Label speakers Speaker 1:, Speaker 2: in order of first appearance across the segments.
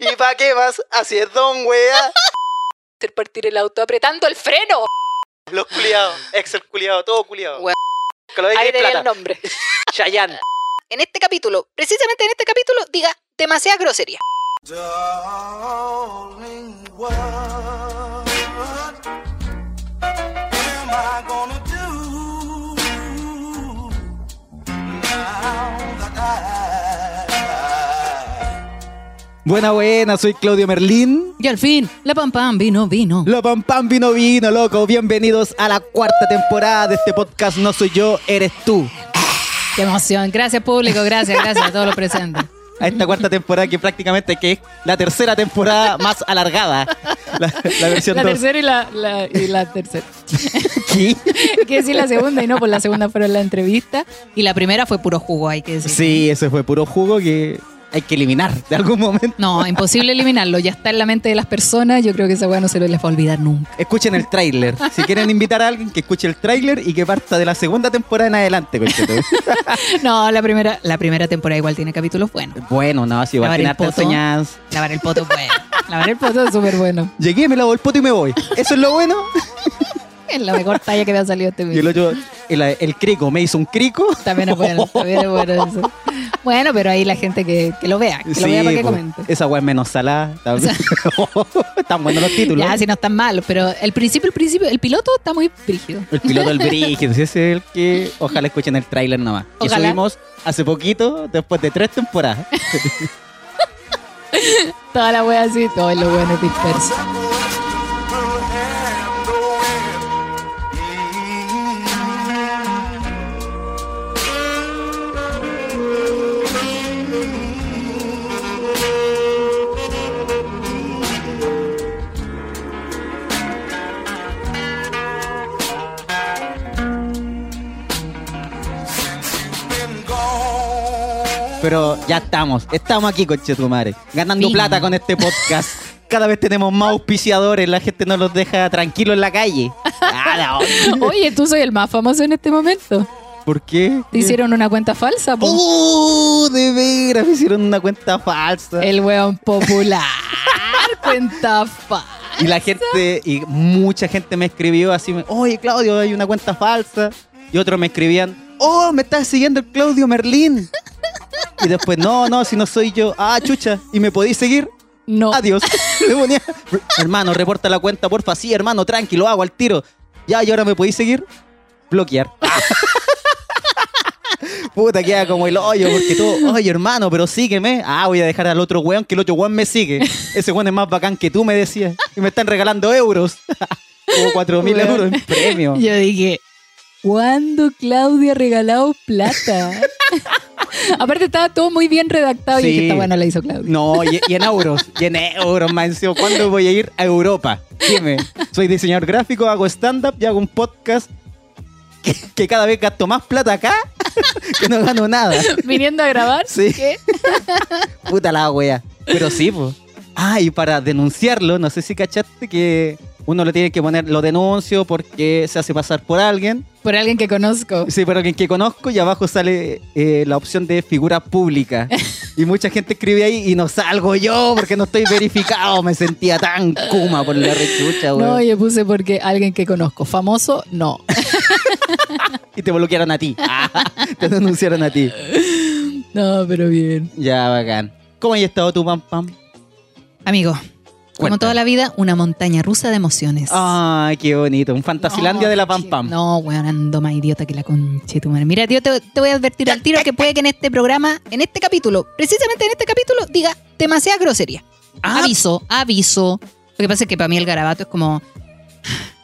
Speaker 1: ¿Y para qué vas hacer don, wea?
Speaker 2: Hacer partir el auto apretando el freno.
Speaker 1: Los culiados, Excel culiado, todo culiado.
Speaker 2: Weón.
Speaker 1: Que lo deje
Speaker 2: Ahí
Speaker 1: en
Speaker 2: tenía el
Speaker 1: plata.
Speaker 2: nombre.
Speaker 1: Chayanne.
Speaker 2: En este capítulo, precisamente en este capítulo, diga demasiada grosería.
Speaker 3: Darling, what am I gonna do now that I
Speaker 4: Buena, buena, soy Claudio Merlín.
Speaker 5: Y al fin, la pam pam vino, vino.
Speaker 4: Lo pam pam vino vino, loco. Bienvenidos a la cuarta temporada de este podcast No Soy Yo, Eres Tú.
Speaker 5: Qué emoción. Gracias, público. Gracias, gracias a todos los presentes.
Speaker 4: A esta cuarta temporada que prácticamente que es la tercera temporada más alargada. La, la versión
Speaker 5: La
Speaker 4: 2.
Speaker 5: tercera y la, la- y la tercera.
Speaker 4: Sí.
Speaker 5: Hay que decir la segunda y no, pues la segunda fueron la entrevista. Y la primera fue puro jugo, hay que decir.
Speaker 4: sí, ese fue puro jugo que hay que eliminar de algún momento.
Speaker 5: No, imposible eliminarlo. Ya está en la mente de las personas. Yo creo que esa weá no se lo les va a olvidar nunca.
Speaker 4: Escuchen el tráiler. Si quieren invitar a alguien, que escuche el tráiler y que parta de la segunda temporada en adelante. cocheto.
Speaker 5: No, la primera, la primera temporada igual tiene capítulos buenos.
Speaker 4: bueno, no, si va a
Speaker 5: Lavar el
Speaker 4: tener
Speaker 5: poto.
Speaker 4: enseñanzas.
Speaker 5: Lavar el poto es bueno. Lavar el poto es súper bueno.
Speaker 4: Llegué, me lavo el poto y me voy. Eso es lo bueno.
Speaker 5: Es la mejor talla que me ha salido este
Speaker 4: Y
Speaker 5: video.
Speaker 4: el otro, el, el crico, me hizo un crico.
Speaker 5: También es bueno, también es bueno eso. Bueno, pero ahí la gente que, que lo vea, que lo
Speaker 4: Sí,
Speaker 5: vea para que
Speaker 4: po.
Speaker 5: comente.
Speaker 4: Esa weá es menos salada. También. Están buenos los títulos.
Speaker 5: Ya, si no están malos, pero el principio, el principio, el piloto está muy brígido.
Speaker 4: El piloto del Brígido, ese es el que ojalá escuchen el tráiler nomás. Que
Speaker 5: Ojalá.
Speaker 4: subimos hace poquito, después de tres temporadas.
Speaker 5: Toda la wea así, todo lo bueno disperso.
Speaker 3: will handle it. Mm. Been gone.
Speaker 4: Pero ya estamos, estamos aquí, conchetumare. Ganando
Speaker 5: Fin.
Speaker 4: plata con este podcast. Cada vez tenemos más auspiciadores, la gente no los deja tranquilos en la calle. Ah, no.
Speaker 5: Oye, tú soy el más famoso en este momento.
Speaker 4: ¿Por qué?
Speaker 5: Te hicieron una cuenta falsa, po?
Speaker 4: ¡Uh! De veras, me hicieron una cuenta falsa.
Speaker 5: El weón popular. cuenta falsa.
Speaker 4: Y la gente, y mucha gente me escribió así, me, oye Claudio, hay una cuenta falsa. Y otros me escribían, oh, me estás siguiendo el Claudio Merlín. Y después, no, no, si no soy yo, ah, chucha, y me podéis seguir.
Speaker 5: No.
Speaker 4: Adiós. Le ponía, hermano, reporta la cuenta, porfa. Sí, hermano, tranqui, lo hago al tiro. Ya, y ahora me podéis seguir. Bloquear. Puta, queda como el hoyo, porque tú, oye, hermano, pero sígueme. Ah, voy a dejar al otro weón, que el otro weón me sigue. Ese weón es más bacán que tú, me decías. Y me están regalando euros. como cuatro mil
Speaker 5: Weón.
Speaker 4: euros en premio.
Speaker 5: Yo dije, ¿cuándo Claudia ha regalado plata? Aparte estaba todo muy bien redactado y
Speaker 4: Sí.
Speaker 5: dije, está bueno, la hizo Claudia.
Speaker 4: No, y, y en euros, y en euros, man. encima, ¿Cuándo voy a ir a Europa? Dime, soy diseñador gráfico, hago stand-up y hago un podcast que, que cada vez gasto más plata acá que no gano nada.
Speaker 5: Viniendo a grabar,
Speaker 4: Sí.
Speaker 5: ¿qué?
Speaker 4: Puta la wea. Pero sí, pues. Ah, y para denunciarlo, no sé si cachaste que uno le tiene que poner lo denuncio porque se hace pasar por alguien.
Speaker 5: Por alguien que conozco.
Speaker 4: Sí, pero alguien que conozco y abajo sale eh, la opción de figura pública. Y mucha gente escribe ahí y no salgo yo porque no estoy verificado. Me sentía tan kuma por la rechucha, weón.
Speaker 5: No, yo puse porque alguien que conozco. Famoso, no.
Speaker 4: Y te bloquearon a ti. Ah, te denunciaron a ti.
Speaker 5: No, pero bien.
Speaker 4: Ya, bacán. ¿Cómo has estado tú, pam pam?
Speaker 5: Amigo, como
Speaker 4: Cuéntame.
Speaker 5: toda la vida, una montaña rusa de emociones.
Speaker 4: Ay, qué bonito. Un fantasilandia
Speaker 5: No,
Speaker 4: de la pam
Speaker 5: che,
Speaker 4: pam.
Speaker 5: No, weón, ando más idiota que la concha de tu madre. Mira, tío, te, te voy a advertir al tiro que puede que en este programa, en este capítulo, precisamente en este capítulo, diga demasiada grosería.
Speaker 4: Ah.
Speaker 5: Aviso, aviso. Lo que pasa es que para mí el garabato es como,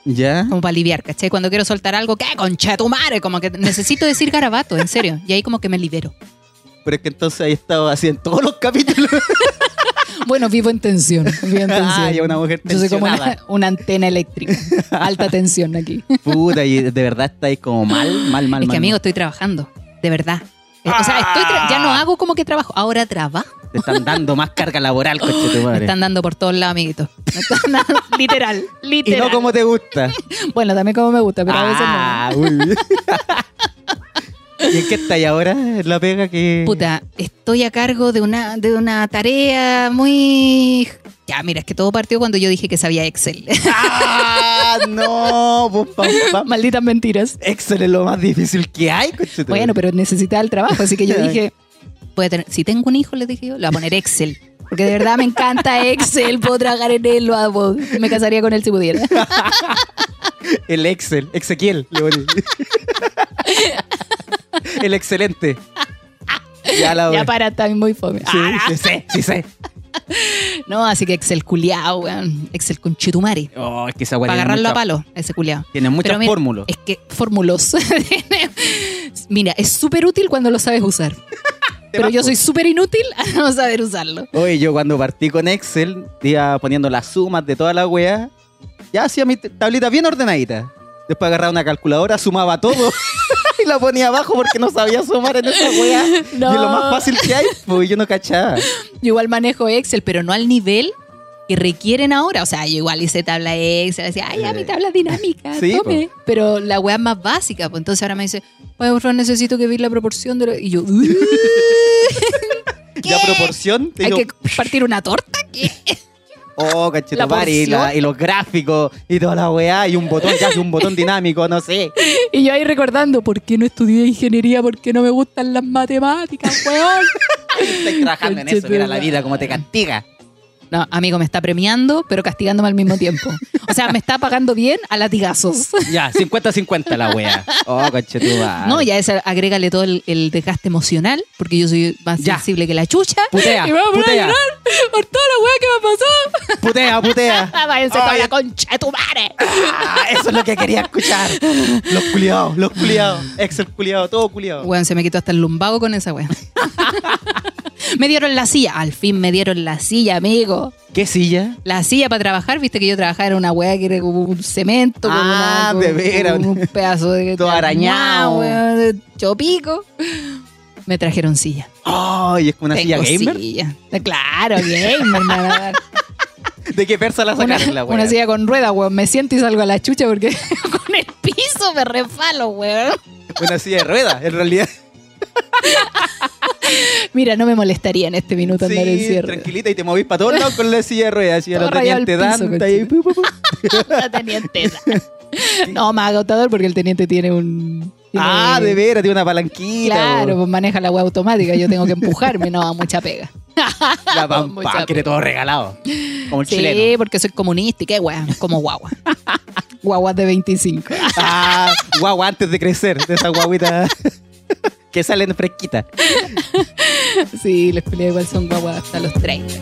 Speaker 4: ¿Ya?
Speaker 5: como para aliviar, ¿cachai? Cuando quiero soltar algo, ¿qué concha de tu madre? Como que necesito decir garabato, en serio. Y ahí como que me libero.
Speaker 4: Pero es que entonces ahí estado así en todos los capítulos.
Speaker 5: Bueno, vivo en tensión. Vivo en tensión.
Speaker 4: Ah, ya una mujer
Speaker 5: Yo soy como una,
Speaker 4: tensionada.
Speaker 5: una antena eléctrica. Alta tensión aquí.
Speaker 4: Puta, y de verdad estáis como mal, mal, mal,
Speaker 5: es que,
Speaker 4: mal.
Speaker 5: amigo, estoy trabajando. De verdad. Eh, O sea, estoy tra- ya
Speaker 4: Ah.
Speaker 5: no hago como que trabajo. Ahora trabajo.
Speaker 4: Te están dando más carga laboral, coche tu
Speaker 5: Me
Speaker 4: madre.
Speaker 5: están dando por todos lados, amiguitos. Me están dando- literal,
Speaker 4: Y
Speaker 5: literal. Ah,
Speaker 4: no como te gusta.
Speaker 5: Bueno, también como me gusta, pero a veces no.
Speaker 4: ah, muy bien. Ah, ¿Y en qué estáis ahora? ¿En la pega que...?
Speaker 5: Puta, estoy a cargo de una, de una tarea muy... Ya, mira, es que todo partió cuando yo dije que sabía Excel.
Speaker 4: ¡Ah! ¡No! Pues, pa- pa-
Speaker 5: Malditas mentiras.
Speaker 4: Excel es lo más difícil que hay, conchetumare.
Speaker 5: Bueno, pero necesitaba el trabajo, así que yo
Speaker 4: Ay.
Speaker 5: dije, voy a tener- si tengo un hijo, le dije yo, le voy a poner Excel. Porque de verdad me encanta Excel, puedo trabajar en él, lo amo. Me casaría con él si pudiera.
Speaker 4: El Excel, Ezequiel. le poní. el excelente. Ya la
Speaker 5: Ya para, Ah. está muy fome.
Speaker 4: Sí, sí sé, sí sé.
Speaker 5: No, así que Excel culiao, weón. Excel con chitumari.
Speaker 4: Oh, es que esa
Speaker 5: Para
Speaker 4: guardia tiene
Speaker 5: agarrarlo a
Speaker 4: mucha-
Speaker 5: palo, a ese culiao.
Speaker 4: Tiene muchas
Speaker 5: Pero mira,
Speaker 4: fórmulas.
Speaker 5: Es que fórmulos. mira, es súper útil cuando lo sabes usar. Pero yo soy súper inútil a no saber usarlo.
Speaker 4: Oye, yo cuando partí con Excel, iba poniendo las sumas de toda la weá. Ya hacía mi t- tablita bien ordenadita. Después agarraba una calculadora, sumaba todo y la ponía abajo porque no sabía sumar en esa weá.
Speaker 5: No.
Speaker 4: Y es lo más fácil que hay, pues yo no cachaba.
Speaker 5: Yo igual manejo Excel, pero no al nivel que requieren ahora. O sea, yo igual hice tabla Excel, decía, ay, ya mi tabla es dinámica,
Speaker 4: Eh, Sí,
Speaker 5: tome. Pero la weá es más básica, pues entonces ahora me dice, oye, por favor, necesito que vi la proporción de lo... Y yo, "Uh,
Speaker 4: Ya proporción, te
Speaker 5: hay
Speaker 4: digo,
Speaker 5: que partir una torta. ¿Qué?
Speaker 4: oh, cachetomare, y,
Speaker 5: porción.
Speaker 4: la- y los gráficos y toda la weá, y un botón que hace un botón dinámico, no sé.
Speaker 5: Y yo ahí recordando, ¿por qué no estudié ingeniería? ¿Por qué no me gustan las matemáticas, weón?
Speaker 4: Estoy trabajando en eso, mira la vida como te castiga.
Speaker 5: No, amigo, me está premiando, pero castigándome al mismo tiempo. O sea, me está pagando bien a latigazos.
Speaker 4: Ya, 50-50 la weá. Oh, cachetumare.
Speaker 5: No, ya esa, agrégale todo el, el desgaste emocional, porque yo soy más
Speaker 4: Ya.
Speaker 5: sensible que la chucha.
Speaker 4: Putea,
Speaker 5: y me voy a poner
Speaker 4: putea.
Speaker 5: a llorar por toda la weá que me pasó.
Speaker 4: Putea, putea.
Speaker 5: Ah, Váyanse
Speaker 4: Ay.
Speaker 5: toda la concha de tu madre.
Speaker 4: Ah, eso es lo que quería escuchar. Los culiados, los culiados.
Speaker 5: Mm.
Speaker 4: Excel culiado, todo culiado.
Speaker 5: Weón, se me quitó hasta el lumbago con esa weá. me dieron la silla. Al fin me dieron la silla, amigo.
Speaker 4: ¿Qué silla?
Speaker 5: La silla para trabajar, viste que yo trabajaba en una weá que era como un cemento, como,
Speaker 4: Ah,
Speaker 5: una-
Speaker 4: de
Speaker 5: como-
Speaker 4: veras.
Speaker 5: como un pedazo de.
Speaker 4: Todo
Speaker 5: de
Speaker 4: arañado.
Speaker 5: weón, de chopico. Me trajeron silla.
Speaker 4: Ay, es como una
Speaker 5: Tengo
Speaker 4: silla gamer.
Speaker 5: silla. Claro, gamer, hermano.
Speaker 4: ¿De qué persa la
Speaker 5: una,
Speaker 4: sacaron la wea?
Speaker 5: una silla con rueda, weón. Me siento y salgo a la chucha porque con el piso me refalo, weón.
Speaker 4: Una silla de ruedas, en realidad.
Speaker 5: Mira, no me molestaría en este minuto andar en
Speaker 4: Sí,
Speaker 5: cierre.
Speaker 4: tranquilita y te movís para todos lados con la silla de ruedas. Así a
Speaker 5: Todo
Speaker 4: lo
Speaker 5: rayado al
Speaker 4: teniente
Speaker 5: piso,
Speaker 4: Dan. está ahí, pu, pu, pu.
Speaker 5: La teniente. no, más agotador porque el teniente tiene un. tiene-
Speaker 4: Ah, de veras, tiene una palanquita.
Speaker 5: Claro,
Speaker 4: bo.
Speaker 5: pues maneja la web automática. Yo tengo que empujarme, no, mucha pega.
Speaker 4: La
Speaker 5: Mucha
Speaker 4: pampa,
Speaker 5: pena.
Speaker 4: quiere todo regalado. Como el
Speaker 5: Sí,
Speaker 4: chileno.
Speaker 5: porque soy comunista y qué wea, como guagua. Guaguas de 25.
Speaker 4: Ah, guagua antes de crecer, de esa guaguita que salen fresquitas.
Speaker 5: Sí, los culiados igual son guaguas hasta los 30.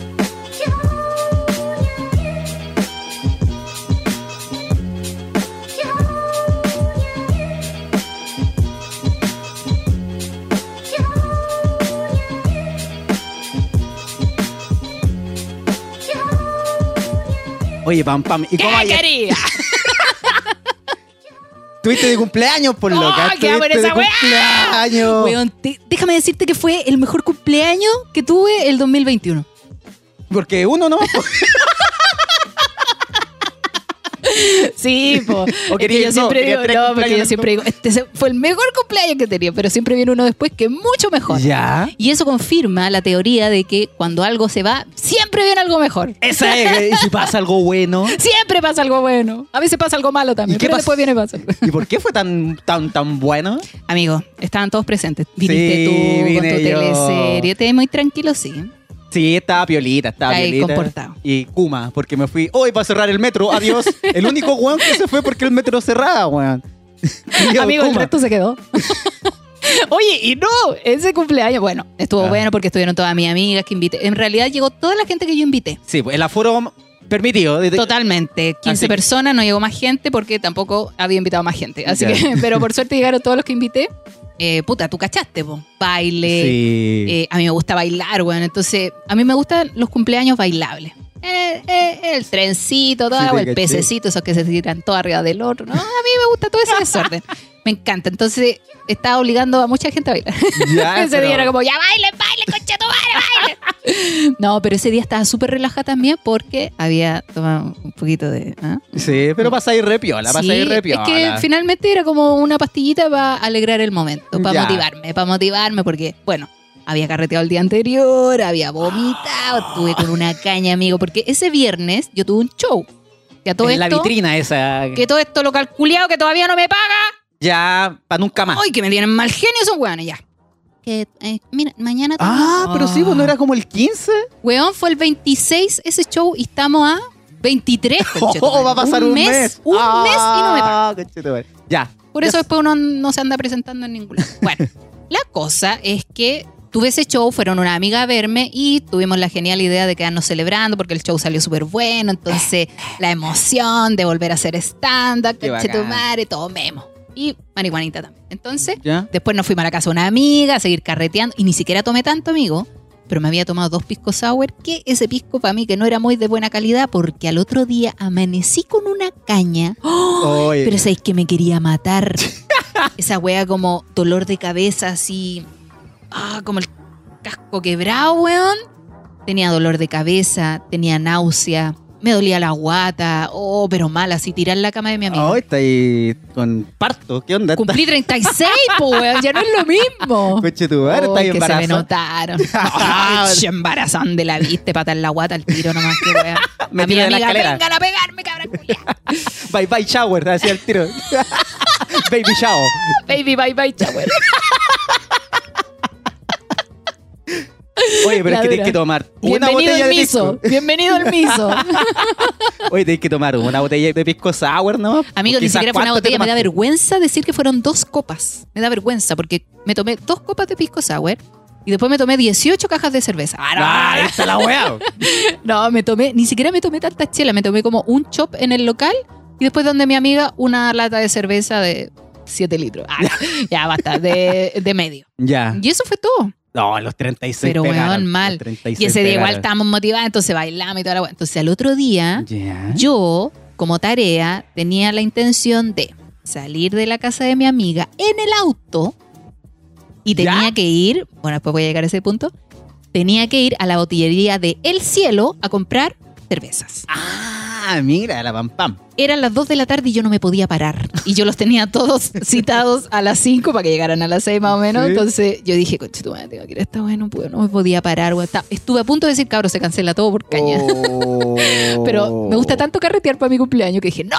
Speaker 4: Oye, pam, pam. ¿Y
Speaker 5: ¿Qué
Speaker 4: cómo hay
Speaker 5: quería?
Speaker 4: Tuviste de cumpleaños, por
Speaker 5: No,
Speaker 4: loca.
Speaker 5: qué buena
Speaker 4: Estuviste de
Speaker 5: esa weá.
Speaker 4: cumpleaños.
Speaker 5: Weón, te- déjame decirte que fue el mejor cumpleaños que tuve el 2021.
Speaker 4: Porque uno no.
Speaker 5: Sí, po.
Speaker 4: O
Speaker 5: Es que
Speaker 4: quería-
Speaker 5: yo
Speaker 4: no,
Speaker 5: siempre
Speaker 4: quería
Speaker 5: digo,
Speaker 4: tres
Speaker 5: no, porque
Speaker 4: cumpleaños
Speaker 5: yo siempre digo, este se- fue el mejor cumpleaños que tenía, pero siempre viene uno después que es mucho mejor.
Speaker 4: ya.
Speaker 5: Y eso confirma la teoría de que cuando algo se va, siempre viene algo mejor.
Speaker 4: Esa es. eh, Y si pasa algo bueno.
Speaker 5: Siempre pasa algo bueno. A veces pasa algo malo también,
Speaker 4: ¿Y qué
Speaker 5: pero
Speaker 4: pas-
Speaker 5: después viene pasa.
Speaker 4: ¿Y por qué fue tan, tan, tan bueno?
Speaker 5: Amigo, estaban todos presentes. Viniste
Speaker 4: Sí,
Speaker 5: tú con
Speaker 4: vine
Speaker 5: tu
Speaker 4: yo.
Speaker 5: teleserie. Te vi muy tranquilo, sí.
Speaker 4: Sí, estaba piolita, estaba
Speaker 5: Está ahí
Speaker 4: piolita.
Speaker 5: comportado.
Speaker 4: Y Kuma, porque me fui hoy para cerrar el metro. Adiós. El único weón que se fue porque el metro cerraba, weón. Y yo,
Speaker 5: Amigo, el
Speaker 4: Kuma.
Speaker 5: resto se quedó. Oye, y no, ese cumpleaños, bueno, estuvo
Speaker 4: Ah.
Speaker 5: bueno porque estuvieron todas mis amigas que invité. En realidad llegó toda la gente que yo invité.
Speaker 4: Sí, pues, el aforo permitido. De- de-
Speaker 5: Totalmente. 15
Speaker 4: Así que-
Speaker 5: personas, no llegó más gente porque tampoco había invitado más gente. Así
Speaker 4: Ya.
Speaker 5: que, pero por suerte llegaron todos los que invité. Eh, puta, tú cachaste, po. Baile,
Speaker 4: Sí.
Speaker 5: Eh, a mí me gusta bailar, bueno, entonces a mí me gustan los cumpleaños bailables. Eh, eh, el trencito, todo,
Speaker 4: Sí, te
Speaker 5: o el
Speaker 4: caché.
Speaker 5: pececito, esos que se tiran todo arriba del otro. No, a mí me gusta todo ese desorden. Me encanta. Entonces estaba obligando a mucha gente a bailar.
Speaker 4: Ya,
Speaker 5: ese día
Speaker 4: pero-
Speaker 5: era como, ya bailen, bailen, concha tu madre, bailen. no, pero ese día estaba súper relajada también porque había tomado un poquito de. ¿ah?
Speaker 4: Sí, pero pasa ahí repiola, pasa ahí
Speaker 5: Sí, es
Speaker 4: repiola.
Speaker 5: que finalmente era como una pastillita para alegrar el momento, para
Speaker 4: Ya.
Speaker 5: motivarme, para motivarme, porque, bueno, había carreteado el día anterior, había vomitado, estuve con una caña, amigo, porque ese viernes yo tuve un show. Que a todo
Speaker 4: en la
Speaker 5: esto,
Speaker 4: vitrina esa.
Speaker 5: que todo esto lo calculeado que todavía no me paga.
Speaker 4: Ya, para nunca más.
Speaker 5: Ay, que me tienen mal genio esos weones, ya. Que, eh, mira, mañana
Speaker 4: Ah, pero sí, pues no era como el 15.
Speaker 5: Weón, fue el 26 ese show y estamos a 23. conchetumare.
Speaker 4: Oh, va a pasar un,
Speaker 5: mes. Un mes y no me paga.
Speaker 4: Ah, conchetumare. Ya.
Speaker 5: Por eso después uno no se anda presentando en ningún lado. Bueno, la cosa es que tuve ese show, fueron una amiga a verme y tuvimos la genial idea de quedarnos celebrando porque el show salió súper bueno. Entonces, la emoción de volver a hacer stand-up,
Speaker 4: Eh. Qué bacán.
Speaker 5: madre, tomemos. Y marihuanita también. Entonces,
Speaker 4: Ya.
Speaker 5: después nos fuimos a la casa de una amiga a seguir carreteando y ni siquiera tomé tanto, amigo. Pero me había tomado dos piscos sour, que ese pisco para mí que no era muy de buena calidad, porque al otro día amanecí con una caña.
Speaker 4: Oye.
Speaker 5: Pero sabéis que me quería matar. Esa wea como dolor de cabeza, así. Ah, como el casco quebrado, weón. Tenía dolor de cabeza, tenía náusea, me dolía la guata. Oh, pero mal, así tirar la cama de mi amigo.
Speaker 4: Hoy está ahí con parto. ¿Qué onda?
Speaker 5: Cumplí 36, po, weón, ya no es lo mismo.
Speaker 4: Conchetumare, está
Speaker 5: Ay,
Speaker 4: ahí
Speaker 5: que se me
Speaker 4: embarazada.
Speaker 5: notaron. Ay, che, embarazón de la viste, patar la guata al tiro nomás que weón.
Speaker 4: Me
Speaker 5: A mi
Speaker 4: tiro de la
Speaker 5: amiga,
Speaker 4: escalera.
Speaker 5: vengan a pegarme, cabrón culiao.
Speaker 4: Bye bye shower, hacia el tiro. Baby shower.
Speaker 5: Baby, bye bye, chavo.
Speaker 4: Oye, pero
Speaker 5: La
Speaker 4: es que
Speaker 5: dura.
Speaker 4: tienes que tomar una
Speaker 5: Bienvenido
Speaker 4: botella
Speaker 5: al
Speaker 4: de
Speaker 5: miso.
Speaker 4: pisco.
Speaker 5: Bienvenido al miso.
Speaker 4: Oye, tienes que tomar una botella de pisco sour, ¿no?
Speaker 5: Amigo,
Speaker 4: Porque
Speaker 5: ni
Speaker 4: esas
Speaker 5: siquiera fue una
Speaker 4: cuántas te
Speaker 5: botella. Me da
Speaker 4: tomaste.
Speaker 5: vergüenza decir que fueron dos copas. Me da vergüenza porque me tomé dos copas de pisco sour y después me tomé 18 cajas de cerveza.
Speaker 4: Ah,
Speaker 5: Ah,
Speaker 4: ahí está la weá.
Speaker 5: no, no, me tomé, ni siquiera me tomé tantas chelas. Me tomé como un chop en el local y después donde mi amiga una lata de cerveza de 7 litros. Ah, ya basta, de, de medio.
Speaker 4: Ya.
Speaker 5: Y eso fue todo.
Speaker 4: No, los 36
Speaker 5: Pero, weón,
Speaker 4: pegaron, los
Speaker 5: mal.
Speaker 4: 36
Speaker 5: Y ese día igual
Speaker 4: pegaron.
Speaker 5: estábamos motivados, entonces bailamos y toda la wea. Entonces al otro día...
Speaker 4: Ya.
Speaker 5: Yo, como tarea, tenía la intención de salir de la casa de mi amiga en el auto y
Speaker 4: ¿Ya?
Speaker 5: tenía que ir, bueno, después voy a llegar a ese punto, tenía que ir a la botillería de El Cielo a comprar cervezas.
Speaker 4: Ah, mira, la pam pam.
Speaker 5: Eran las 2 de la tarde y yo no me podía parar. Y yo los tenía todos citados a las 5 para que llegaran a las 6 más o menos.
Speaker 4: Sí.
Speaker 5: Entonces yo dije, coche, tu madre, tengo que ir a esta wea, no, puedo, no me podía parar. wea". Ta- Estuve a punto de decir, cabros, se cancela todo por caña.
Speaker 4: Oh,
Speaker 5: Oh. Pero me gusta tanto carretear para mi cumpleaños que dije, ¡no!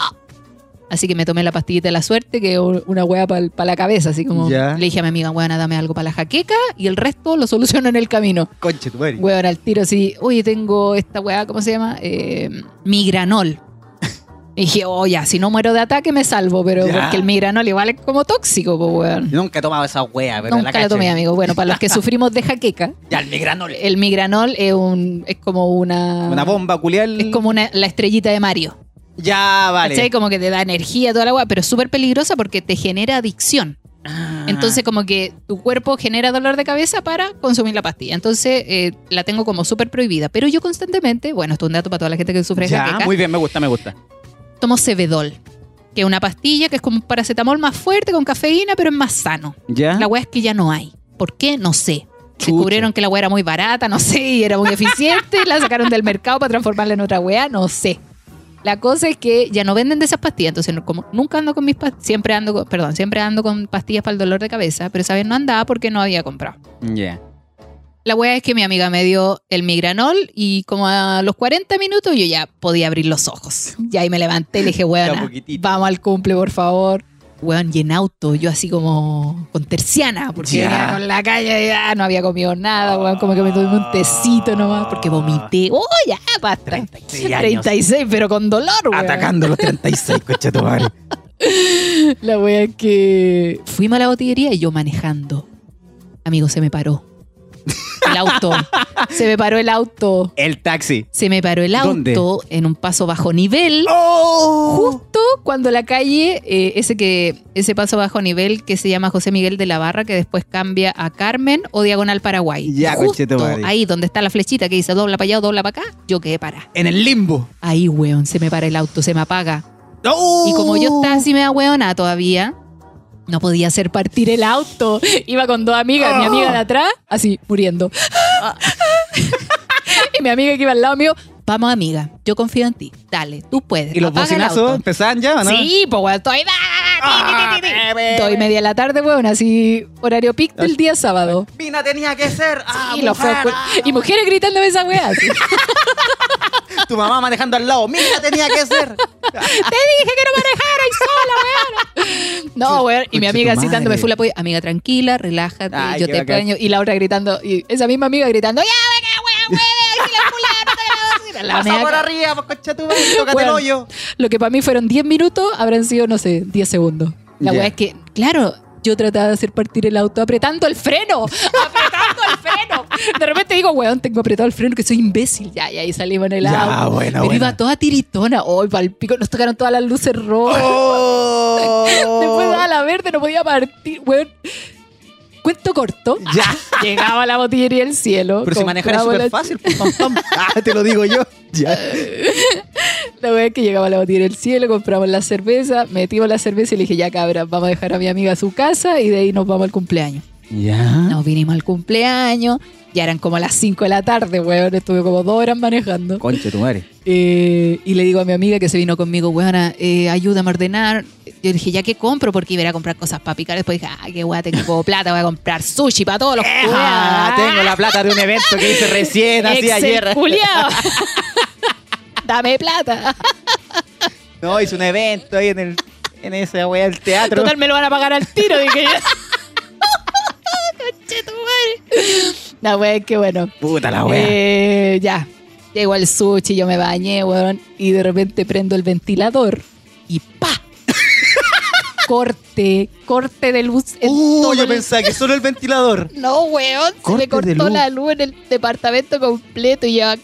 Speaker 5: Así que me tomé la pastillita de la suerte, que es una hueá para la cabeza, así como
Speaker 4: Ya.
Speaker 5: le dije a mi amiga, hueá, dame algo para la jaqueca y el resto lo soluciono en el camino.
Speaker 4: Conche, tu madre.
Speaker 5: Hueá, al tiro así, oye, tengo esta hueá, ¿cómo se llama? Eh, migranol. Y dije, oye, si no muero de ataque me salvo, pero
Speaker 4: Ya.
Speaker 5: porque el migranol igual es como tóxico, pues hueón.
Speaker 4: Yo Nunca he tomado esa wea, pero
Speaker 5: Nunca
Speaker 4: la
Speaker 5: la tomé,
Speaker 4: caché.
Speaker 5: amigo. Bueno, para los que sufrimos de jaqueca,
Speaker 4: Ya, el migranol.
Speaker 5: el migranol es, un, es como una...
Speaker 4: Una bomba culial.
Speaker 5: Ah. Es como una- la estrellita de Mario.
Speaker 4: Ya, vale.
Speaker 5: ¿Cachai? Como que te da energía, toda la agua, pero es súper peligrosa porque te genera adicción.
Speaker 4: Ah.
Speaker 5: Entonces, como que tu cuerpo genera dolor de cabeza para consumir la pastilla. Entonces, eh, la tengo como súper prohibida. Pero yo constantemente, bueno, esto es un dato para toda la gente que sufre de
Speaker 4: Ya,
Speaker 5: jaqueca,
Speaker 4: muy bien, me gusta, me gusta.
Speaker 5: tomo Cebedol, que es una pastilla que es como un paracetamol más fuerte con cafeína, pero es más sano.
Speaker 4: Ya.
Speaker 5: La weá es que ya no hay. ¿Por qué? No sé.
Speaker 4: Chucha.
Speaker 5: Descubrieron que la weá era muy barata, no sé, y era muy eficiente, la sacaron del mercado para transformarla en otra weá, no sé. La cosa es que ya no venden de esas pastillas, entonces no- como nunca ando con mis pastillas, siempre ando con, perdón, siempre ando con pastillas para el dolor de cabeza, pero esa vez no andaba porque no había comprado.
Speaker 4: Ya.
Speaker 5: La weá es que mi amiga me dio el migranol y como a los 40 minutos yo ya podía abrir los ojos. Y ahí me levanté y le dije,
Speaker 4: Ya
Speaker 5: weón,
Speaker 4: poquitito.
Speaker 5: vamos al cumple, por favor. Weón, y en auto, yo así como con terciana, porque
Speaker 4: Ya.
Speaker 5: venía con la calle, ya no había comido nada, weón, como que me tomé un tecito nomás, porque vomité.
Speaker 4: Ah.
Speaker 5: ¡Oh, ya, basta!
Speaker 4: 36 años.
Speaker 5: 36, pero con dolor, weón.
Speaker 4: Atacando los 36, coche tu madre.
Speaker 5: La wea es que. Fuimos a la botillería y yo manejando. Amigo, se me paró. El auto. se me paró el auto.
Speaker 4: El taxi.
Speaker 5: Se me paró el auto
Speaker 4: ¿Dónde?
Speaker 5: en un paso bajo nivel.
Speaker 4: ¡Oh!
Speaker 5: Justo cuando la calle, eh, ese que, ese paso bajo nivel que se llama José Miguel de la Barra, que después cambia a Carmen o Diagonal Paraguay.
Speaker 4: Ya,
Speaker 5: Justo
Speaker 4: conchetumare.
Speaker 5: ahí donde está la flechita que dice dobla para allá o dobla para acá, yo quedé para.
Speaker 4: En el limbo.
Speaker 5: Ahí, weón, se me para el auto, se me apaga.
Speaker 4: ¡Oh!
Speaker 5: Y como yo estaba así media hueona todavía, No podía hacer partir el auto. Iba con dos amigas, mi amiga de
Speaker 4: Oh.
Speaker 5: atrás, ¿ah? así, muriendo. y mi amiga que iba al lado mío, vamos amiga, yo confío en ti, dale, tú puedes.
Speaker 4: ¿Y los
Speaker 5: Apaga el
Speaker 4: bocinazos
Speaker 5: auto.
Speaker 4: empezaban ya o no? Ah,
Speaker 5: Sí, pues weón, estoy... Dos y Ah. media de la tarde, weón, así, horario pic del día sábado.
Speaker 4: Mina tenía que ser. Ah,
Speaker 5: y, los
Speaker 4: mujer,
Speaker 5: fue-
Speaker 4: ah.
Speaker 5: y mujeres gritándome esa weá. así.
Speaker 4: Tu mamá manejando al lado. Mina tenía que ser.
Speaker 5: Te dije que no manejarais sola, weón. No, weón. Y mi
Speaker 4: Conche
Speaker 5: amiga
Speaker 4: tu
Speaker 5: así dándome
Speaker 4: madre.
Speaker 5: full apoyo. Amiga, tranquila, relájate,
Speaker 4: Ay,
Speaker 5: yo
Speaker 4: qué
Speaker 5: te
Speaker 4: bacán.
Speaker 5: apaño. Y la otra gritando, y esa misma amiga gritando, ya, venga, weón, weón, si la culera, no te grabas". La
Speaker 4: Pasa
Speaker 5: mea-
Speaker 4: por arriba, pues, concha tu madre, tócate
Speaker 5: Bueno.
Speaker 4: el hoyo.
Speaker 5: Lo que para mí fueron 10 minutos, habrán sido, no sé, 10 segundos. La
Speaker 4: Ya.
Speaker 5: weá es que, claro, yo trataba de hacer partir el auto apretando el freno, apretando el freno. De repente digo, weón, tengo apretado el freno, que soy imbécil. Ya, ya, y salimos en el
Speaker 4: Ya,
Speaker 5: auto.
Speaker 4: buena,
Speaker 5: Pero
Speaker 4: buena.
Speaker 5: iba toda tiritona. Hoy, el pico, nos tocaron todas las luces rojas.
Speaker 4: Oh.
Speaker 5: Después daba la verde, no podía partir, weón. Cuento corto.
Speaker 4: Ya.
Speaker 5: Llegaba la botillería del cielo.
Speaker 4: Pero si manejar es
Speaker 5: compraba la-
Speaker 4: súper fácil, pues, pam, pam. Ah, te lo digo yo. Ya.
Speaker 5: La vez que llegaba la botillería del cielo, compramos la cerveza, metimos la cerveza y le dije, ya cabra, vamos a dejar a mi amiga a su casa y de ahí nos vamos al cumpleaños.
Speaker 4: Ya.
Speaker 5: Nos vinimos al cumpleaños, ya eran como las 5 de la tarde, weón. Estuve como dos horas manejando.
Speaker 4: Concha tu madre.
Speaker 5: Eh, y le digo a mi amiga que se vino conmigo, weona, eh, ayúdame a ordenar. Yo le dije, ¿ya qué compro? Porque iba a ir a comprar cosas para picar. Después dije, ah, qué weá, tengo plata, voy a comprar sushi para todos los
Speaker 4: Ah, tengo la plata de un evento que hice recién, así ayer.
Speaker 5: culiao. Dame plata.
Speaker 4: No, hice un evento ahí en el. En esa wea del teatro.
Speaker 5: Total, me lo van a pagar al tiro, dije yo. Conche tu madre. La wea es que bueno.
Speaker 4: Puta la wea.
Speaker 5: Eh, ya. Llegó el sushi, yo me bañé, weón. Y de repente prendo el ventilador y ¡pa! corte, corte de luz. en todo
Speaker 4: uh, yo
Speaker 5: el-
Speaker 4: pensaba que solo el ventilador.
Speaker 5: No, weón. Se
Speaker 4: Corte
Speaker 5: me
Speaker 4: de
Speaker 5: cortó
Speaker 4: luz.
Speaker 5: la luz en el departamento completo y ya.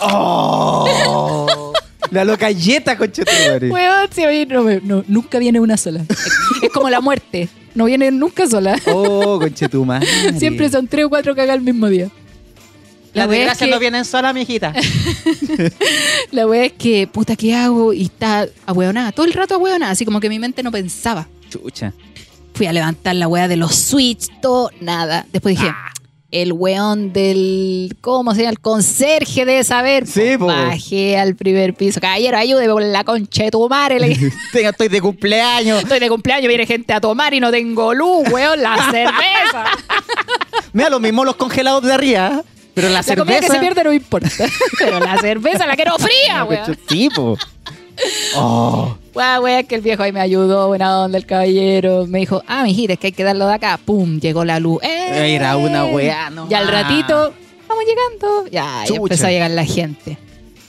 Speaker 4: Oh. La localleta, concha tu madre.
Speaker 5: Weón, se oye, no, me- no, nunca viene una sola. es como la muerte. No viene nunca sola.
Speaker 4: Oh, concha tu madre.
Speaker 5: Siempre son tres o cuatro cagas al mismo día. La
Speaker 4: Las
Speaker 5: wea es
Speaker 4: desgracias
Speaker 5: que-
Speaker 4: no vienen solas, mijita.
Speaker 5: La wea es que, puta, ¿qué hago? Y está ahueonada, todo el rato ahueonada, así como que mi mente no pensaba.
Speaker 4: Chucha.
Speaker 5: Fui a levantar la wea de los switch, todo, nada. Después dije,
Speaker 4: Ah.
Speaker 5: el weón del, ¿cómo se llama? El conserje debe saber.
Speaker 4: Sí, po.
Speaker 5: Bajé al primer piso. Caballero, ayúdeme por la concha de tu madre. Le dije,
Speaker 4: Tengo- Estoy de cumpleaños.
Speaker 5: estoy de cumpleaños, viene gente a tomar y no tengo luz, weón, la cerveza.
Speaker 4: Mira, lo mismo los congelados de arriba, ¿eh? pero la,
Speaker 5: La comida
Speaker 4: cerveza.
Speaker 5: que se pierde no importa. Pero la cerveza la quiero fría, weón.
Speaker 4: Sí, po. Oh,
Speaker 5: Guau, wea, que el viejo ahí me ayudó, buena onda el caballero. Me dijo, ah, mijita, es que hay que darlo de acá. Pum, llegó la luz. ¡Eh!
Speaker 4: Era una wea, no
Speaker 5: Y al
Speaker 4: más.
Speaker 5: ratito, vamos llegando. Ya, y
Speaker 4: Chucha.
Speaker 5: empezó a llegar la gente.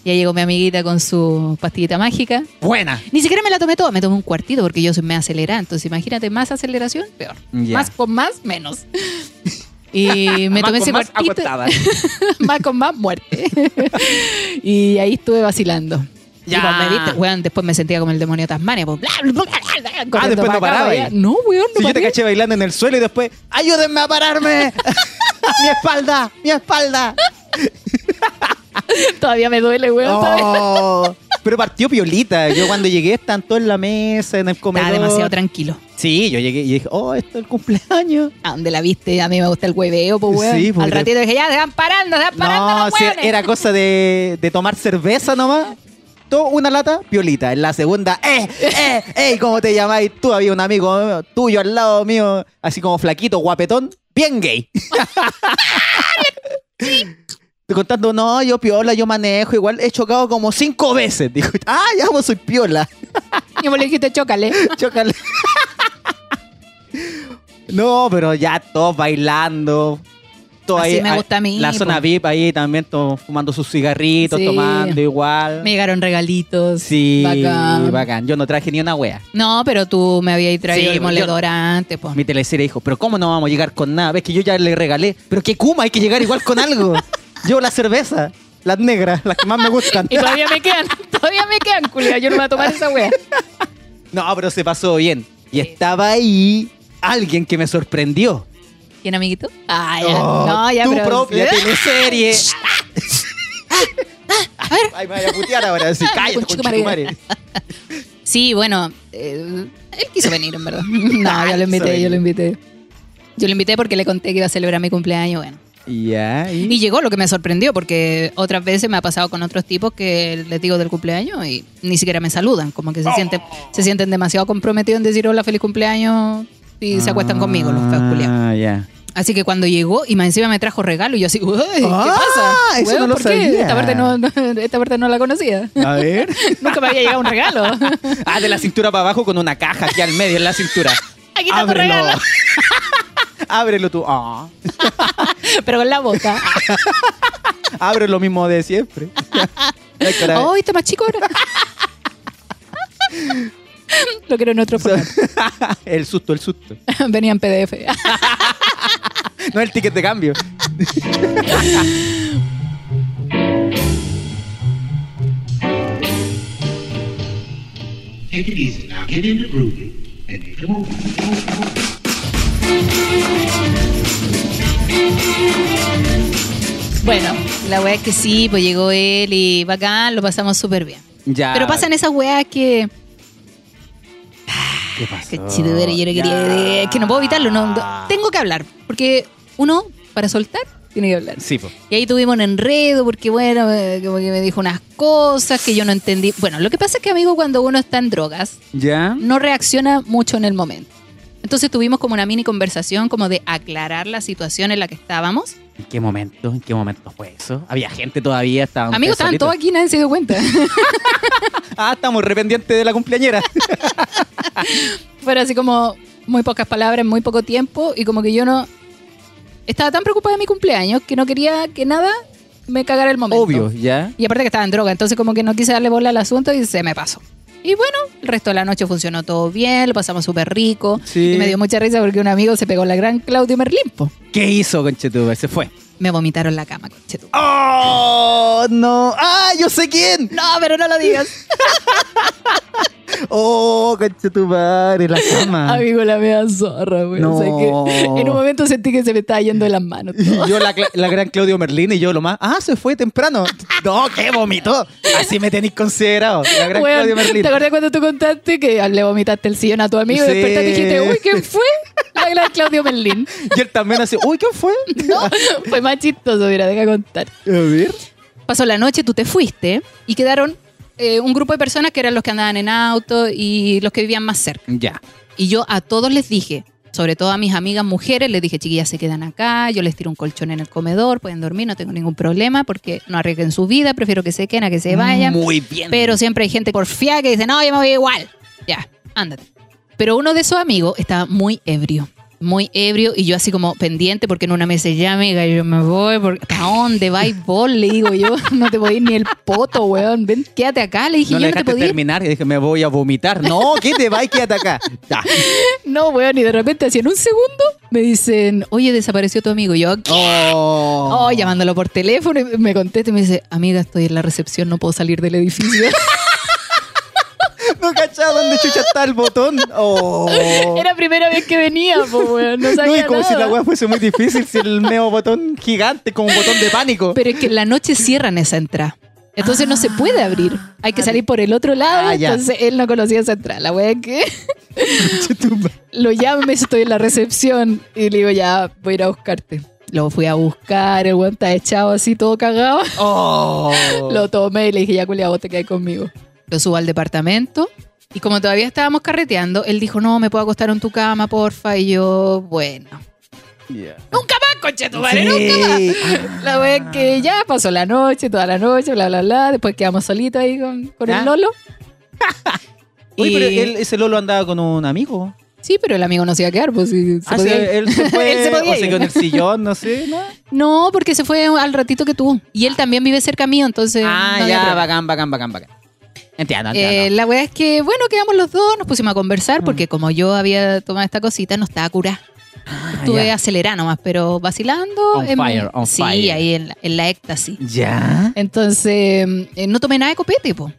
Speaker 5: Ya llegó mi amiguita con su pastillita mágica.
Speaker 4: buena.
Speaker 5: Ni siquiera me la tomé toda, me tomé un cuartito porque yo soy me acelerada. Entonces, imagínate, más aceleración, peor.
Speaker 4: Ya.
Speaker 5: Más con más, menos. Y me tomé ese cuartito. más con más muerte. y ahí estuve vacilando.
Speaker 4: Ya.
Speaker 5: Y vos me viste, weón, después me sentía como el demonio de Tasmania. pues, bla, bla, bla, bla, corriendo
Speaker 4: Ah, después
Speaker 5: pa'
Speaker 4: no
Speaker 5: acá,
Speaker 4: paraba
Speaker 5: pa'
Speaker 4: ahí.
Speaker 5: allá. No, weón, no
Speaker 4: Si yo te
Speaker 5: paré.
Speaker 4: caché bailando en el suelo y después, ayúdenme a pararme. mi espalda, mi espalda.
Speaker 5: Todavía me duele, weón. todavía.
Speaker 4: Oh. Pero partió piolita. Yo cuando llegué estaban todos en la mesa, en el comedor.
Speaker 5: Estaba demasiado tranquilo.
Speaker 4: Sí, yo llegué y dije, oh, esto es el cumpleaños.
Speaker 5: ¿A dónde la viste? A mí me gusta el hueveo, pues, weón.
Speaker 4: Sí, pues,
Speaker 5: Al
Speaker 4: de-
Speaker 5: ratito dije, ya, se van parando, se van parando
Speaker 4: No,
Speaker 5: los
Speaker 4: si
Speaker 5: weones.
Speaker 4: era cosa de, de tomar cerveza nomás. Todo una lata, piolita. En la segunda, ¡eh! ¡eh! ¡eh! ¿Cómo te llamáis? Tú había un amigo tuyo al lado mío, así como flaquito, guapetón, bien gay. Te contando, no, yo piola, yo manejo, igual he chocado como cinco veces. Dijo, ah, ya vos soy piola.
Speaker 5: Yo me le dijiste, chócale.
Speaker 4: Chócale. no, pero ya todos bailando. Todo
Speaker 5: Así
Speaker 4: ahí-
Speaker 5: me
Speaker 4: ahí-
Speaker 5: gusta a mí,
Speaker 4: La
Speaker 5: po.
Speaker 4: zona VIP ahí también to- fumando sus cigarritos,
Speaker 5: Sí.
Speaker 4: tomando igual.
Speaker 5: Me llegaron regalitos.
Speaker 4: Sí,
Speaker 5: Bacán.
Speaker 4: bacán. Yo no traje ni una wea.
Speaker 5: No, pero tú me habías traído
Speaker 4: Sí,
Speaker 5: el
Speaker 4: pues, yo-
Speaker 5: moledorante, pues.
Speaker 4: Mi teleserie dijo, pero ¿cómo no vamos a llegar con nada? Ves que yo ya le regalé. Pero qué kuma, hay que llegar igual con algo. Llevo la cerveza, las negras, las que más me gustan.
Speaker 5: Y todavía me quedan, todavía me quedan, culia. Yo no me voy a tomar esa wea.
Speaker 4: no, pero se pasó bien. Y estaba ahí alguien que me sorprendió.
Speaker 5: ¿Quién, amiguito? Ah, ya.
Speaker 4: Oh,
Speaker 5: no, ya,
Speaker 4: tu
Speaker 5: pero... ¿eh? Ah,
Speaker 4: propia teleserie.
Speaker 5: A ver. Ah,
Speaker 4: Ay, me voy a putear ahora. Sí, cállate,
Speaker 5: Conchetumare.
Speaker 4: conchetumare.
Speaker 5: Sí, bueno, eh, Él quiso venir, en verdad. No, yo lo invité, yo lo invité. Yo lo invité porque le conté que iba a celebrar mi cumpleaños, bueno.
Speaker 4: Ya, y-
Speaker 5: Y llegó lo que me sorprendió, porque otras veces me ha pasado con otros tipos que les digo del cumpleaños y ni siquiera me saludan, como
Speaker 4: Oh.
Speaker 5: que se sienten, se sienten demasiado comprometidos en decir hola, feliz cumpleaños y se acuestan conmigo los feos culiados.
Speaker 4: Ah, ya.
Speaker 5: Así que cuando llegó y más encima me trajo regalo y yo así, "Uy, ¿qué
Speaker 4: Ah,
Speaker 5: pasa?
Speaker 4: eso
Speaker 5: Weón,
Speaker 4: no lo
Speaker 5: ¿por qué?
Speaker 4: sabía.
Speaker 5: Esta parte no, no- esta parte no la conocía.
Speaker 4: A ver.
Speaker 5: Nunca me había llegado un regalo.
Speaker 4: Ah, de la cintura para abajo con una caja aquí al medio en la cintura.
Speaker 5: Aquí está tu regalo,
Speaker 4: Ábrelo tú. Ah.
Speaker 5: pero con la boca.
Speaker 4: Abre lo mismo de siempre. Ay, caray.
Speaker 5: ¡Ay, está más chico ahora! Lo quiero en otro formato.
Speaker 4: el susto, el susto.
Speaker 5: Venía en PDF.
Speaker 4: No el ticket de cambio.
Speaker 6: Take it easy now. Get in the groove and make a move.
Speaker 5: bueno, la weá es que sí, pues llegó él y bacán, lo pasamos súper bien.
Speaker 4: Ya.
Speaker 5: Pero pasan esas weas que.
Speaker 4: ¿Qué pasó?
Speaker 5: Que chido, yo no quería. Es que no puedo evitarlo. No, no- tengo que hablar. Porque uno, para soltar, tiene que hablar.
Speaker 4: Sí, po.
Speaker 5: Y ahí tuvimos un enredo porque, bueno, eh, como que me dijo unas cosas que yo no entendí. Bueno, lo que pasa es que, amigo, cuando uno está en drogas,
Speaker 4: ¿Ya?
Speaker 5: no reacciona mucho en el momento. Entonces tuvimos como una mini conversación como de aclarar la situación en la que estábamos.
Speaker 4: ¿En qué momento? ¿En qué momento fue eso? Había gente todavía, estaban.
Speaker 5: Amigos,
Speaker 4: ustedes
Speaker 5: estaban todos
Speaker 4: solitos.
Speaker 5: aquí, nadie se dio cuenta.
Speaker 4: Ah, estamos rependientes de la cumpleañera.
Speaker 5: Fueron así como muy pocas palabras, en muy poco tiempo y como que yo no... Estaba tan preocupada de mi cumpleaños que no quería que nada me cagara el momento.
Speaker 4: Obvio, ¿ya?
Speaker 5: Y aparte que estaba en droga, entonces como que no quise darle bola al asunto y se me pasó. Y bueno, el resto de la noche funcionó todo bien, lo pasamos súper rico.
Speaker 4: Sí.
Speaker 5: Y me dio mucha risa porque un amigo se pegó la gran Claudio Merlimpo.
Speaker 4: ¿Qué hizo, Conchetuba? Se fue.
Speaker 5: Me vomitaron la cama, conchetum.
Speaker 4: ¡Oh, no! ¡Ah, yo sé quién!
Speaker 5: No, pero no lo digas.
Speaker 4: ¡Oh, Conchetuba! En la cama.
Speaker 5: Amigo, la mea zorra, güey. O sea
Speaker 4: Ah. No.
Speaker 5: que en un momento sentí que se me estaba yendo de las manos.
Speaker 4: Y
Speaker 5: todo.
Speaker 4: yo la, cla- la gran Claudio Merlín y yo lo más. Ah, se fue temprano. No, que vomitó. Así me tenéis considerado. La gran
Speaker 5: Weón,
Speaker 4: Claudio Merlín.
Speaker 5: ¿Te acordás cuando tú contaste que le vomitaste el sillón a tu amigo
Speaker 4: Sí.
Speaker 5: y despertaste y dijiste, uy, ¿quién fue? La gran Claudio Merlín.
Speaker 4: Y él también así, uy, ¿quién fue?
Speaker 5: No, fue más chistoso, mira, deja contar.
Speaker 4: A ver.
Speaker 5: Pasó la noche, tú te fuiste y quedaron eh, un grupo de personas que eran los que andaban en auto y los que vivían más cerca.
Speaker 4: Ya.
Speaker 5: Y yo a todos les dije, sobre todo a mis amigas mujeres, les dije, chiquillas, se quedan acá, yo les tiro un colchón en el comedor, pueden dormir, no tengo ningún problema, porque no arriesguen su vida, prefiero que se queden a que se vayan.
Speaker 4: Muy bien.
Speaker 5: Pero siempre hay gente porfiada que dice, no, yo me voy igual. Ya, ándate. Pero uno de esos amigos estaba muy ebrio, muy ebrio, y yo así como pendiente, porque en una me dice, ya, amiga, yo me voy, porque ¿a dónde vais vos? Le digo yo, no te voy ni el poto, weón, ven, quédate acá. Le dije,
Speaker 4: no
Speaker 5: yo
Speaker 4: le
Speaker 5: no te
Speaker 4: dejaste
Speaker 5: podía ir".
Speaker 4: terminar y dije, me voy a vomitar. No, ¿qué te va y quédate acá? Ya.
Speaker 5: No, weón, y de repente, así en un segundo, me dicen, oye, desapareció tu amigo. Y yo, ¿qué?
Speaker 4: Oh.
Speaker 5: Oh, llamándolo por teléfono, y me contesta y me dice, amiga, estoy en la recepción, no puedo salir del edificio.
Speaker 4: No cachaba dónde chucha está el botón. Oh.
Speaker 5: Era primera vez que venía, po, weón, no
Speaker 4: No,
Speaker 5: sabía
Speaker 4: y como
Speaker 5: nada.
Speaker 4: si la weá fuese muy difícil, si el neo botón gigante, como un botón de pánico.
Speaker 5: Pero es que en la noche cierran esa entrada. Entonces no se puede abrir. Hay que salir por el otro lado.
Speaker 4: Ah, ya.
Speaker 5: entonces él no conocía esa entrada. La wea es que
Speaker 4: Conchetumare.
Speaker 5: lo llamo, me dice, estoy en la recepción. Y le digo, ya, voy a ir a buscarte. Lo fui a buscar, el weón está echado así, todo cagado.
Speaker 4: Oh.
Speaker 5: Lo tomé y le dije, ya, culia, vos te quedás conmigo. Lo subo al departamento. Y como todavía estábamos carreteando, él dijo, no, me puedo acostar en tu cama, porfa. Y yo, bueno.
Speaker 4: Ya.
Speaker 5: ¡Nunca más, concha tu madre!
Speaker 4: Sí.
Speaker 5: ¡Nunca más!
Speaker 4: Ah.
Speaker 5: La wea es que ya pasó la noche, toda la noche, bla, bla, bla. Después quedamos solitos ahí con, con
Speaker 4: ¿Ah?
Speaker 5: el Lolo.
Speaker 4: Oye,
Speaker 5: Y-
Speaker 4: pero él, ese Lolo andaba con un amigo.
Speaker 5: Sí, pero el amigo no se iba a quedar, pues sí, se
Speaker 4: Ah,
Speaker 5: podía
Speaker 4: sí,
Speaker 5: ir.
Speaker 4: él se fue.
Speaker 5: Él se podía
Speaker 4: o se
Speaker 5: ir.
Speaker 4: quedó en el sillón, no sé, ¿no?
Speaker 5: No, porque se fue al ratito que tú. Y él también vive cerca mío, entonces. no había problema.
Speaker 4: Ah. bacán, bacán, bacán, bacán. Entiendo,
Speaker 5: Eh, la wea es que, bueno, quedamos los dos, nos pusimos a
Speaker 4: Mm.
Speaker 5: conversar, porque como yo había tomado esta cosita, no estaba curada. Estuve
Speaker 4: Ah, ya.
Speaker 5: acelerada nomás, pero vacilando.
Speaker 4: On fire, on
Speaker 5: sí,
Speaker 4: fire.
Speaker 5: ahí en la, en la éxtasis.
Speaker 4: ¿Ya?
Speaker 5: Entonces, eh, no tomé nada de copete, po.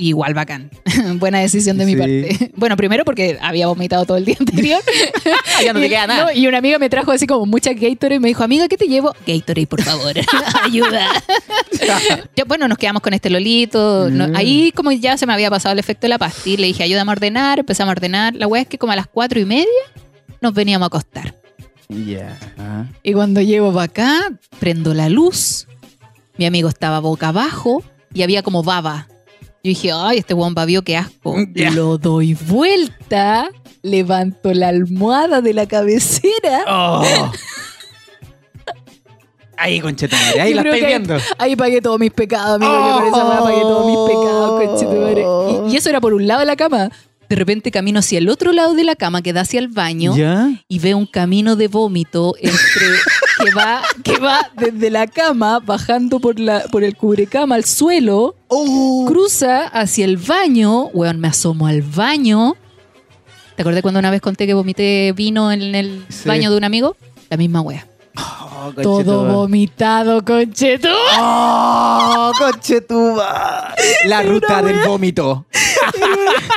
Speaker 5: Igual bacán. Buena decisión de mi
Speaker 4: Sí.
Speaker 5: parte. Bueno, primero porque había vomitado todo el día anterior.
Speaker 4: Ah,
Speaker 2: Ya no te
Speaker 5: Y-
Speaker 2: queda nada.
Speaker 5: no, y una amiga me trajo así como mucha Gatorade y me dijo, amiga, ¿qué te llevo? Gatorade, por favor. Ayuda. Yo, bueno, nos quedamos con este lolito. No-
Speaker 4: Mm.
Speaker 5: ahí como ya se me había pasado el efecto de la pastilla. Le dije, ayúdame a ordenar. Empezamos a ordenar. La wea es que como a las cuatro y media nos veníamos a acostar.
Speaker 4: Ya. Ah.
Speaker 5: Y cuando llego para acá, prendo la luz. Mi amigo estaba boca abajo y había como baba. Yo dije, ay, este guamba vio qué asco.
Speaker 4: Ya.
Speaker 5: Lo doy vuelta, levanto la almohada de la cabecera.
Speaker 4: Oh. Ahí, conchetumare, ahí
Speaker 5: Yo
Speaker 4: la
Speaker 5: creo
Speaker 4: estáis
Speaker 5: que-
Speaker 4: viendo.
Speaker 5: Ahí pagué todos mis pecados, amigo. Yo por esa weá pagué
Speaker 4: Oh.
Speaker 5: todos mis pecados, conchetumare. Y, y eso era por un lado de la cama. De repente camino hacia el otro lado de la cama que da hacia el baño.
Speaker 4: ¿Ya?
Speaker 5: y veo un camino de vómito entre que va que va desde la cama bajando por la por el cubrecama al suelo
Speaker 4: Oh,
Speaker 5: Uh. cruza hacia el baño weón me asomo al baño te acordé cuando una vez conté que vomité vino en el
Speaker 4: Sí.
Speaker 5: baño de un amigo la misma wea
Speaker 4: Oh,
Speaker 5: todo
Speaker 4: conchetumare.
Speaker 5: vomitado concheto
Speaker 4: ¡Oh, conchetuba! La ruta del vómito.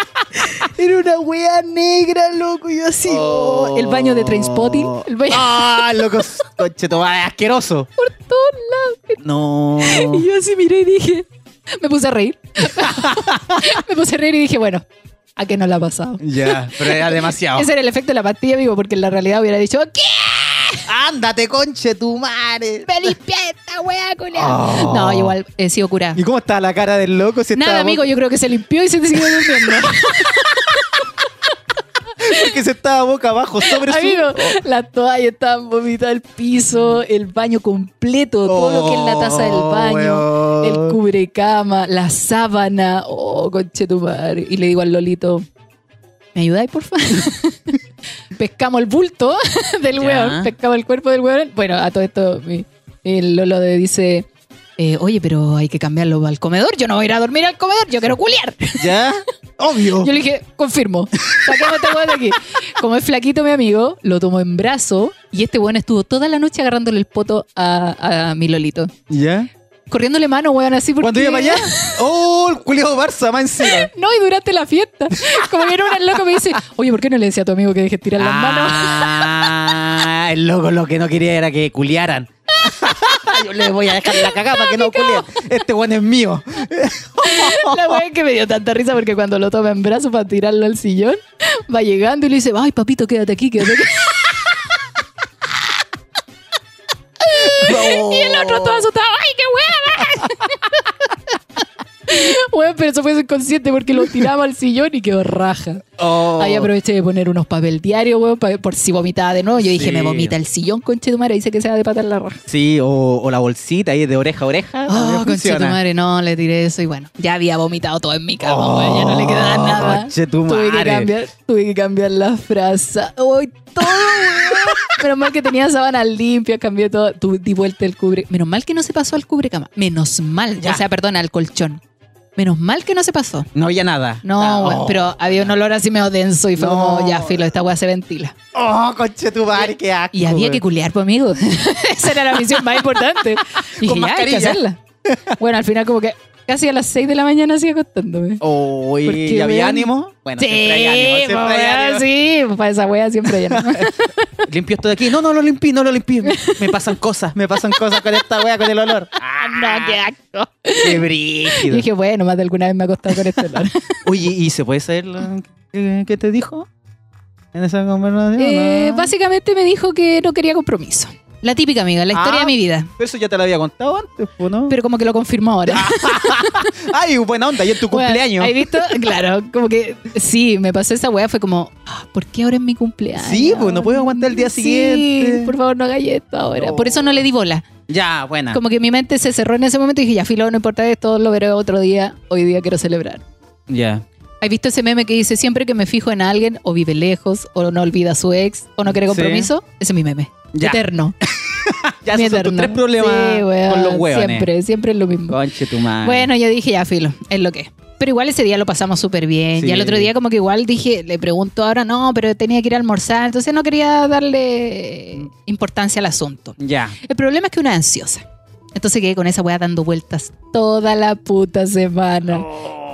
Speaker 5: era una wea negra loco yo así Oh.
Speaker 4: oh,
Speaker 5: el baño de Trainspotting el baño
Speaker 4: ¡Ah, locos! ¡Conchetuba, asqueroso! Por todos lados. No.
Speaker 5: Y yo así miré y dije, me puse a reír. me puse a reír y dije, bueno, ¿a qué no la ha pasado?
Speaker 4: Ya, pero era demasiado.
Speaker 5: Ese era el efecto de la pastilla, amigo, porque en la realidad hubiera dicho, ¿qué?
Speaker 4: ¡Ándate, conchetumare!
Speaker 5: ¡Me limpié esta wea, culia!
Speaker 4: Oh.
Speaker 5: No, igual he sido curada.
Speaker 4: ¿Y este cómo estaba la cara del loco? Si
Speaker 5: Nada,
Speaker 4: estaba
Speaker 5: amigo, yo creo que se limpió y se te siguió durmiendo.
Speaker 4: Porque se estaba boca abajo sobre
Speaker 5: Amigo,
Speaker 4: su...
Speaker 5: la toalla estaba vomitada al piso, el baño completo, todo lo que es la taza del
Speaker 4: Oh,
Speaker 5: baño.
Speaker 4: weón.
Speaker 5: El cubrecama, la sábana, oh, conchetumar. Y le digo al Lolito, ¿me ayudáis, por favor? pescamos el bulto del
Speaker 4: Ya.
Speaker 5: weón, pescamos el cuerpo del weón. Bueno, a todo esto, mi- el Lolo de- dice, eh, oye, pero hay que cambiarlo al comedor. Yo no voy a ir a dormir al comedor, yo quiero culiar.
Speaker 4: ¿Ya? Obvio.
Speaker 5: Yo le dije, confirmo, saquemos esta weón de aquí. Como es flaquito mi amigo, lo tomó en brazo y este weón estuvo toda la noche agarrándole el poto a, a mi Lolito.
Speaker 4: ¿Ya?
Speaker 5: Corriéndole mano, weón, así porque...
Speaker 4: Cuando iba para allá, ¡oh, el culiado Barça, más encima!
Speaker 5: No, y durante la fiesta. Como que era un loco me dice, oye, ¿por qué no le decía a tu amigo que dejes tirar las manos?
Speaker 4: Ah, el loco lo que no quería era que culiaran. Yo le voy a dejar la cagada para que no culien. Este weón es mío.
Speaker 5: La wea que me dio tanta risa porque cuando lo toma en brazos para tirarlo al sillón, va llegando y le dice, ay, papito, quédate aquí, quédate aquí. Y el otro todo asustado, ay, qué hueva. Weón, pero eso fue subconsciente porque lo tiraba al sillón y quedó raja.
Speaker 4: Oh.
Speaker 5: Ahí aproveché de poner unos papel diario, weón, pa- por si vomitaba de nuevo. Yo dije,
Speaker 4: Sí.
Speaker 5: me vomita el sillón, conchetumare, dice que se va de patar la raja.
Speaker 4: Sí, o, o la bolsita ahí de oreja a oreja. también
Speaker 5: Oh,
Speaker 4: funciona.
Speaker 5: madre, no, le tiré eso y bueno, ya había vomitado todo en mi cama,
Speaker 4: Oh,
Speaker 5: weón, ya no le quedaba nada.
Speaker 4: conchetumare.
Speaker 5: Tuve que cambiar, tuve que cambiar la frasa. Uy, todo, weón. Menos mal que tenía sábana limpia, cambié todo, tu, di vuelta el cubre. Menos mal que no se pasó al cubre cama. Menos mal,
Speaker 4: Ya.
Speaker 5: o sea, perdona, al colchón. Menos mal que no se pasó.
Speaker 4: No había nada.
Speaker 5: No,
Speaker 4: Ah,
Speaker 5: weón,
Speaker 4: oh.
Speaker 5: pero había un olor así medio denso y fue
Speaker 4: No.
Speaker 5: como, ya, filo, esta weá se ventila.
Speaker 4: Oh, conchetumare, qué asco.
Speaker 5: Y había que
Speaker 4: weón.
Speaker 5: culiar, pues, amigo. Esa era la misión más importante. Y
Speaker 4: Con
Speaker 5: dije, ya, hay que
Speaker 4: mascarilla.
Speaker 5: hacerla. Bueno, al final como que casi a las 6 de la mañana sigue acostándome.
Speaker 4: Oh, ¿y
Speaker 5: Porque,
Speaker 4: ¿y había
Speaker 5: weón.
Speaker 4: ánimo? Bueno,
Speaker 5: sí,
Speaker 4: siempre hay ánimo, siempre
Speaker 5: pues,
Speaker 4: hay
Speaker 5: weón,
Speaker 4: ánimo.
Speaker 5: sí, pues, para esa wea siempre hay ánimo.
Speaker 4: Limpio esto de aquí. No, no lo limpié, no lo limpié. Me, me pasan cosas, me pasan cosas con esta wea, con el olor.
Speaker 5: Ah, no, qué asco.
Speaker 4: Qué
Speaker 5: Y
Speaker 4: brígido.
Speaker 5: dije, bueno, más de alguna vez me he acostado con este olor.
Speaker 4: Oye, ¿y se puede saber lo que, que te dijo? En esa conversación.
Speaker 5: Eh,
Speaker 4: no?
Speaker 5: básicamente me dijo que no quería compromiso. La típica amiga, la historia
Speaker 4: Ah.
Speaker 5: de mi vida.
Speaker 4: Pero Eso ya te lo había contado antes, pues, ¿no?
Speaker 5: Pero como que lo confirmó ahora.
Speaker 4: Ay, buena onda, y en tu
Speaker 5: Bueno,
Speaker 4: cumpleaños.
Speaker 5: ¿Has visto? Claro, como que sí, me pasó esa weá, fue como, ah, ¿por qué ahora es mi cumpleaños?
Speaker 4: Sí, pues, no puedo aguantar el día
Speaker 5: Sí,
Speaker 4: siguiente.
Speaker 5: por favor, no hagáis esto ahora.
Speaker 4: No.
Speaker 5: Por eso no le di bola.
Speaker 4: Ya, buena.
Speaker 5: Como que mi mente se cerró en ese momento y dije, ya, filo, no importa esto, lo veré otro día. Hoy día quiero celebrar.
Speaker 4: Ya.
Speaker 5: ¿Has visto ese meme que dice, siempre que me fijo en alguien, o vive lejos, o no olvida a su ex, o no quiere
Speaker 4: Sí.
Speaker 5: compromiso? Ese es mi meme.
Speaker 4: Ya.
Speaker 5: Eterno.
Speaker 4: Ya,
Speaker 5: mi
Speaker 4: esos son tus
Speaker 5: eterno.
Speaker 4: tres problemas
Speaker 5: Sí, weón,
Speaker 4: con los hueones.
Speaker 5: Siempre, siempre es lo mismo.
Speaker 4: Conche tu madre.
Speaker 5: Bueno, yo dije, ya, filo, es lo que es. Pero igual ese día lo pasamos súper bien.
Speaker 4: Sí.
Speaker 5: Y al otro día como que igual dije, le pregunto ahora, no, pero tenía que ir a almorzar, entonces no quería darle importancia al asunto.
Speaker 4: Ya.
Speaker 5: El problema es que una es ansiosa. Entonces quedé con esa weá dando vueltas toda la puta semana.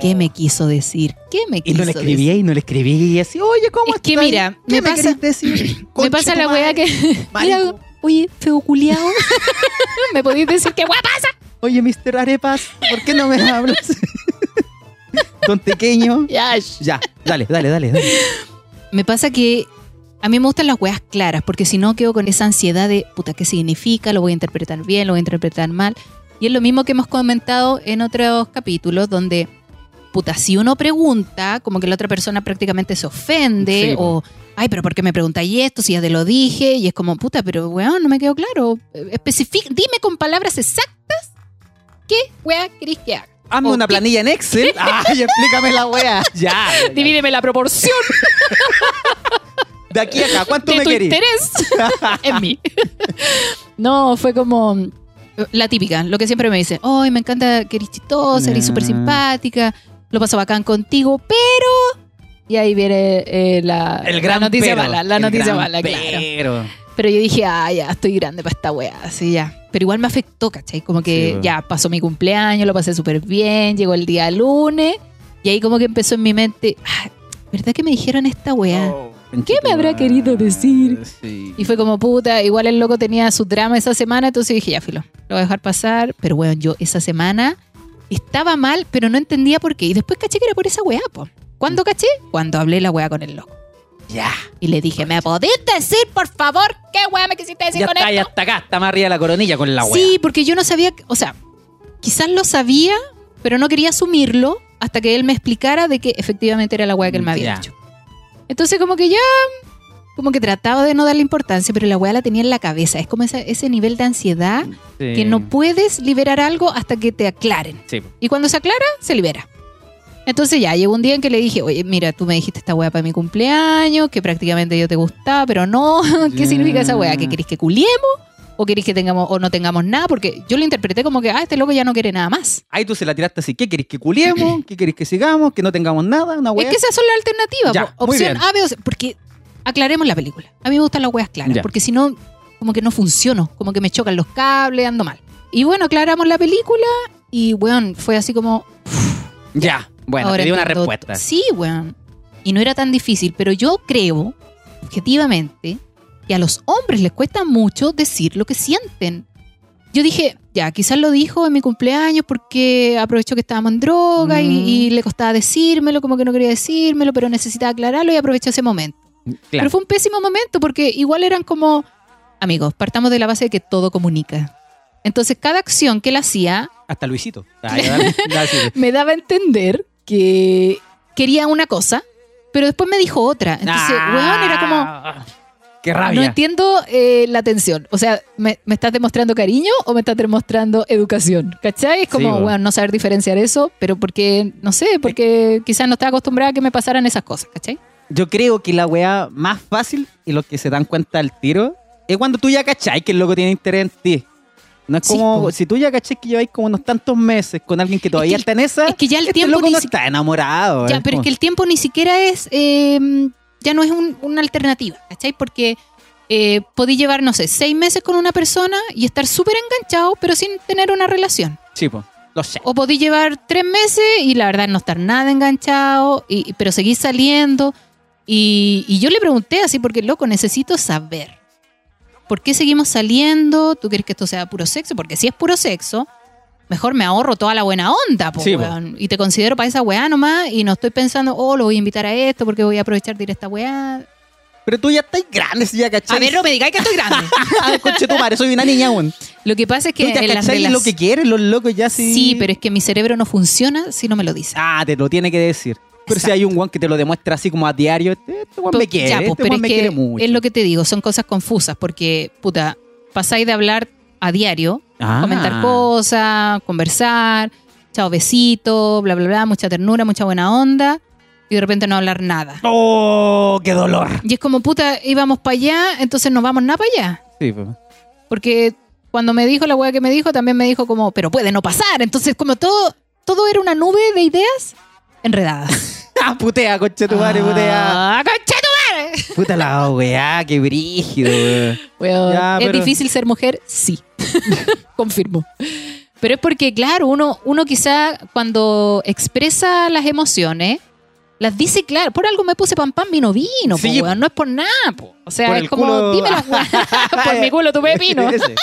Speaker 5: ¿Qué me quiso decir? ¿Qué me
Speaker 4: Oh. Y
Speaker 5: quiso
Speaker 4: no le escribía y no le escribía y así, oye, ¿cómo
Speaker 5: Es que
Speaker 4: estáis?
Speaker 5: mira,
Speaker 4: ¿Qué
Speaker 5: me
Speaker 4: me,
Speaker 5: pasa-
Speaker 4: querís decir?
Speaker 5: decir? Me
Speaker 4: Concha
Speaker 5: pasa
Speaker 4: tu
Speaker 5: la
Speaker 4: madre.
Speaker 5: weá que. Mira,
Speaker 4: Marico.
Speaker 5: oye, feo culiao. ¿Me podéis decir qué weá pasa?
Speaker 4: Oye, Mr. Arepas, ¿por qué no me hablas? Don Tequeño.
Speaker 5: Ya,
Speaker 4: Ya, dale, dale, dale. dale.
Speaker 5: Me pasa que a mí me gustan las weas claras, porque si no quedo con esa ansiedad de, puta, ¿qué significa? ¿Lo voy a interpretar bien? ¿Lo voy a interpretar mal? Y es lo mismo que hemos comentado en otros capítulos, donde, puta, si uno pregunta, como que la otra persona prácticamente se ofende,
Speaker 4: Sí,
Speaker 5: o, ay, pero ¿por qué me preguntáis esto? Si ya te lo dije, y es como, puta, pero weón, no me quedó claro. Especific dime con palabras exactas qué wea querés que haga.
Speaker 4: Hazme
Speaker 5: ¿O
Speaker 4: una
Speaker 5: qué?
Speaker 4: planilla en Excel. Ay, explícame la weá. Ya. ya.
Speaker 5: Divídeme la proporción
Speaker 4: De aquí a acá, ¿cuánto
Speaker 5: de
Speaker 4: me
Speaker 5: tu
Speaker 4: querís?
Speaker 5: interés. en mí. no, fue como mm, la típica, lo que siempre me dicen, ay, me encanta que eres chistosa, eres
Speaker 4: Ah.
Speaker 5: súper simpática, lo paso bacán contigo, pero... Y ahí viene eh, la,
Speaker 4: El
Speaker 5: la
Speaker 4: gran
Speaker 5: noticia
Speaker 4: pero,
Speaker 5: mala, la
Speaker 4: el
Speaker 5: noticia
Speaker 4: gran
Speaker 5: mala, claro.
Speaker 4: Pero.
Speaker 5: Pero yo dije, ah, ya, estoy grande para esta weá, así ya. Pero igual me afectó, ¿cachai? Como
Speaker 4: Sí,
Speaker 5: que
Speaker 4: weón.
Speaker 5: ya pasó mi cumpleaños, lo pasé súper bien, llegó el día lunes, y ahí como que empezó en mi mente, ah, ¿verdad que me dijeron esta weá? ¿Qué me habrá querido decir?
Speaker 4: Sí.
Speaker 5: Y fue como puta, igual el loco tenía su drama esa semana, entonces dije, ya filo, lo voy a dejar pasar. Pero weón, yo esa semana estaba mal, pero no entendía por qué. Y después caché que era por esa weá, po. ¿Cuándo caché? Cuando hablé la weá con el loco.
Speaker 4: Ya.
Speaker 5: Y le dije, ¿me podés decir, por favor, qué weá me quisiste decir
Speaker 4: Ya
Speaker 5: con
Speaker 4: está, ya
Speaker 5: esto?
Speaker 4: está acá. Está más arriba de la coronilla con la weá.
Speaker 5: Sí, porque yo no sabía, o sea, quizás lo sabía, pero no quería asumirlo hasta que él me explicara de que efectivamente era la weá que él me había
Speaker 4: Ya.
Speaker 5: dicho. Entonces como que ya, como que trataba de no darle importancia, pero la weá la tenía en la cabeza. Es como esa- ese nivel de ansiedad
Speaker 4: Sí.
Speaker 5: que no puedes liberar algo hasta que te aclaren.
Speaker 4: Sí.
Speaker 5: Y cuando se aclara, se libera. Entonces ya, llegó un día en que le dije, oye, mira, tú me dijiste esta weá para mi cumpleaños, que prácticamente yo te gustaba, pero no, ¿qué
Speaker 4: Ya.
Speaker 5: significa esa weá?
Speaker 4: Mm.
Speaker 5: ¿Que querés que culiemos? ¿O querés que tengamos o no tengamos nada? Porque yo lo interpreté como que, ah, este loco ya no quiere nada más.
Speaker 4: Ahí tú se la tiraste así. ¿Qué querés que culiemos? ¿Qué querés que sigamos? ¿Que no tengamos nada? Una Ah, weá.
Speaker 5: Es que esas son las alternativas.
Speaker 4: Ya,
Speaker 5: po.
Speaker 4: muy
Speaker 5: Opción
Speaker 4: bien.
Speaker 5: A, B o C. Porque aclaremos la película. A mí me gustan las weas claras.
Speaker 4: Ya.
Speaker 5: Porque si no, como que no funciono. Como que me chocan los cables, ando mal. Y bueno, aclaramos la película. Y weón, fue así como.
Speaker 4: Ya. Bueno,
Speaker 5: ahora
Speaker 4: te di una
Speaker 5: entiendo-
Speaker 4: respuesta.
Speaker 5: Sí, weón. Y no era tan difícil. Pero yo creo, objetivamente, que a los hombres les cuesta mucho decir lo que sienten. Yo dije, ya, quizás lo dijo en mi cumpleaños porque aprovechó que estábamos en droga y-
Speaker 4: Mm.
Speaker 5: y, le costaba decírmelo, como que no quería decírmelo, pero necesitaba aclararlo y aprovechó ese momento. Pero
Speaker 4: Claro.
Speaker 5: fue un pésimo momento porque igual eran como, amigos, partamos de la base de que todo comunica. Entonces cada acción que él hacía
Speaker 4: Hasta Luisito. Ah, ya, dale. Ya, sí.
Speaker 5: me daba a entender que quería una cosa, pero después me dijo otra. Entonces, weón, era como...
Speaker 4: Ah, Qué rabia.
Speaker 5: No entiendo eh, la tensión. O sea, ¿me, me estás demostrando cariño o me estás demostrando educación? ¿Cachai? Es
Speaker 4: Sí,
Speaker 5: como,
Speaker 4: bueno.
Speaker 5: bueno, no saber diferenciar eso, pero porque, no sé, porque quizás no estaba acostumbrada a que me pasaran esas cosas, ¿cachai?
Speaker 4: Yo creo que la weá más fácil y los que se dan cuenta al tiro es cuando tú ya cachai que el loco tiene interés en ti. No es
Speaker 5: Sí,
Speaker 4: como
Speaker 5: po.
Speaker 4: si tú ya cachai que lleváis como unos tantos meses con alguien que todavía
Speaker 5: que-
Speaker 4: está en esa.
Speaker 5: es que ya el
Speaker 4: este
Speaker 5: tiempo
Speaker 4: loco
Speaker 5: ni
Speaker 4: no
Speaker 5: si-
Speaker 4: está enamorado.
Speaker 5: ya, pero es que el tiempo ni siquiera es, eh, ya no es un- una alternativa, ¿cachai? Porque eh, podí llevar, no sé, seis meses con una persona y estar súper enganchado, pero sin tener una relación.
Speaker 4: Sí, po. Lo sé.
Speaker 5: O podí llevar tres meses y la verdad no estar nada enganchado, y, y- pero seguís saliendo. Y, y yo le pregunté así, porque loco, necesito saber. ¿Por qué seguimos saliendo? ¿Tú quieres que esto sea puro sexo? Porque si es puro sexo, mejor me ahorro toda la buena onda, po,
Speaker 4: Sí, po.
Speaker 5: weón. Y te considero para esa weá nomás y no estoy pensando, oh, lo voy a invitar a esto porque voy a aprovechar de ir a esta weá.
Speaker 4: Pero tú ya estás grande si ya cachai. Ah,
Speaker 5: A ver, no me digáis que estoy grande.
Speaker 4: Conche tu madre, soy una niña aún.
Speaker 5: lo que pasa es
Speaker 4: Tú
Speaker 5: que
Speaker 4: ya
Speaker 5: en las
Speaker 4: cachai lo
Speaker 5: relac-
Speaker 4: que quieres, los locos ya sí.
Speaker 5: Sí, pero es que mi cerebro no funciona si no me lo dice.
Speaker 4: Ah, te lo tiene que decir. Pero si
Speaker 5: Exacto.
Speaker 4: hay un guan que te lo demuestra así como a diario, este este guan
Speaker 5: Pues,
Speaker 4: me quiere,
Speaker 5: ya, pues,
Speaker 4: este
Speaker 5: pero
Speaker 4: guan
Speaker 5: es
Speaker 4: me
Speaker 5: que
Speaker 4: quiere mucho.
Speaker 5: Es lo que te digo, son cosas confusas porque, puta, pasáis de hablar a diario,
Speaker 4: Ah.
Speaker 5: comentar cosas, conversar, chao, besito, bla, bla, bla, mucha ternura, mucha buena onda, y de repente no hablar nada.
Speaker 4: ¡Oh, qué dolor!
Speaker 5: Y es como, puta, íbamos para allá, entonces no vamos nada para allá.
Speaker 4: Sí, pues.
Speaker 5: Porque cuando me dijo la weá que me dijo, también me dijo como, pero puede no pasar. Entonces, como todo, todo era una nube de ideas enredadas.
Speaker 4: Ah, putea, conche tu madre, putea.
Speaker 5: ¡Ah, conchetumare!
Speaker 4: Puta la weá, qué brígido, weón.
Speaker 5: Weón,
Speaker 4: Ya,
Speaker 5: ¿Es
Speaker 4: pero-
Speaker 5: difícil ser mujer? Sí. Confirmo. Pero es porque, claro, uno, uno quizá cuando expresa las emociones, las dice claro. Por algo me puse pan pan, vino vino, po,
Speaker 4: Sí.
Speaker 5: weón, no es por nada, po. O sea,
Speaker 4: Por
Speaker 5: es
Speaker 4: el
Speaker 5: como,
Speaker 4: culo.
Speaker 5: dime las weas, por mi culo tu pepino.
Speaker 4: Ese.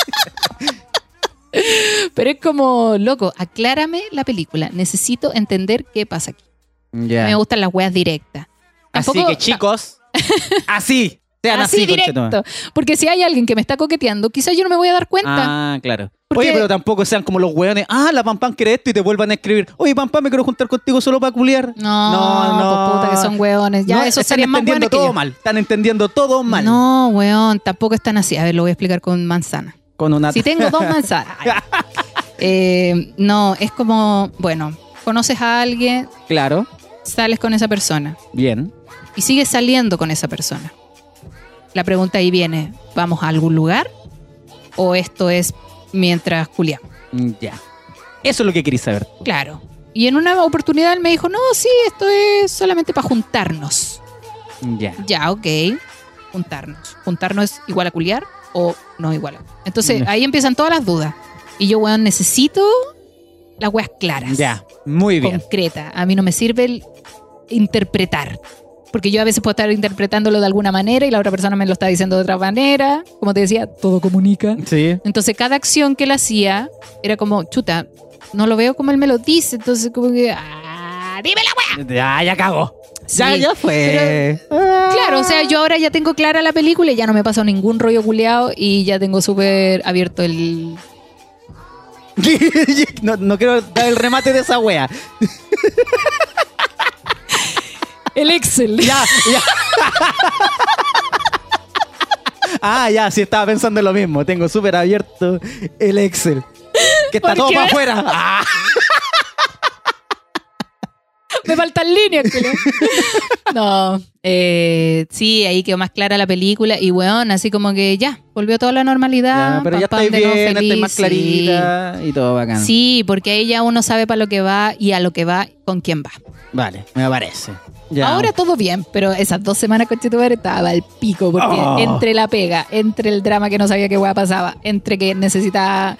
Speaker 5: Pero es como, loco, aclárame la película. Necesito entender qué pasa aquí.
Speaker 4: Ya.
Speaker 5: Me gustan las weas directas.
Speaker 4: Así
Speaker 5: Tampoco-
Speaker 4: que chicos, así, sean así,
Speaker 5: así, directo.
Speaker 4: conchetumare.
Speaker 5: Porque si hay alguien que me está coqueteando, quizás yo no me voy a dar cuenta.
Speaker 4: Ah, claro.
Speaker 5: Porque-
Speaker 4: Oye, pero tampoco sean como los weones. Ah, la Pam Pam quiere esto y te vuelvan a escribir. Oye, Pam Pam, me quiero juntar contigo solo para culiar.
Speaker 5: No,
Speaker 4: No, no.
Speaker 5: pues puta que son weones. Ya,
Speaker 4: No,
Speaker 5: esos
Speaker 4: están
Speaker 5: serían más
Speaker 4: entendiendo
Speaker 5: weones que
Speaker 4: todo
Speaker 5: yo.
Speaker 4: mal. Están entendiendo todo mal.
Speaker 5: No, weón, tampoco están así. A ver, lo voy a explicar con manzana.
Speaker 4: Con una.
Speaker 5: Si tengo dos manzanas. Ah, Ay. Eh, no, es como, bueno, conoces a alguien,
Speaker 4: Claro.
Speaker 5: sales con esa persona
Speaker 4: Bien.
Speaker 5: y sigues saliendo con esa persona. La pregunta ahí viene, ¿vamos a algún lugar? ¿O esto es mientras culiamos?
Speaker 4: Mm, Ya. Eso es lo que quería saber.
Speaker 5: Claro. Y en una oportunidad él me dijo, no, sí, esto es solamente para juntarnos.
Speaker 4: Ya.
Speaker 5: Ya, ok. Juntarnos. Juntarnos es igual a culiar o no igual a. Entonces
Speaker 4: Mm.
Speaker 5: ahí empiezan todas las dudas. Y yo, weón, necesito las weas claras.
Speaker 4: Ya. Muy bien.
Speaker 5: Concreta. A mí no me sirve el interpretar. Porque yo a veces puedo estar interpretándolo de alguna manera y la otra persona me lo está diciendo de otra manera. Como te decía, todo comunica.
Speaker 4: Sí.
Speaker 5: Entonces cada acción que él hacía era como, chuta, no lo veo como él me lo dice. Entonces como que, ah, dime la wea.
Speaker 4: Ya, ya cagó. Ya,
Speaker 5: Sí.
Speaker 4: ya fue.
Speaker 5: Claro, o sea, yo ahora ya tengo clara la película y ya no me pasa ningún rollo culeado y ya tengo súper abierto el...
Speaker 4: no, no quiero dar el remate de esa wea.
Speaker 5: El Excel.
Speaker 4: Ya, ya. ah, ya, sí, estaba pensando en lo mismo. Tengo súper abierto el Excel. Que está
Speaker 5: ¿Por
Speaker 4: todo
Speaker 5: qué?
Speaker 4: para afuera. Ah,
Speaker 5: Me faltan líneas, culo. No. eh, sí, ahí quedó más clara la película y, weón, así como que ya, volvió toda la normalidad.
Speaker 4: ya, pero ya
Speaker 5: pam, pam,
Speaker 4: estáis
Speaker 5: de nuevo
Speaker 4: bien, estáis
Speaker 5: feliz,
Speaker 4: más
Speaker 5: sí.
Speaker 4: clarita y todo bacán.
Speaker 5: Sí, porque ahí ya uno sabe para lo que va y a lo que va, con quién va.
Speaker 4: Vale, me parece. Ya.
Speaker 5: Ahora todo bien, pero esas dos semanas con Chetumare estaba al pico, porque
Speaker 4: Oh.
Speaker 5: entre la pega, entre el drama que no sabía qué hueá pasaba, entre que necesitaba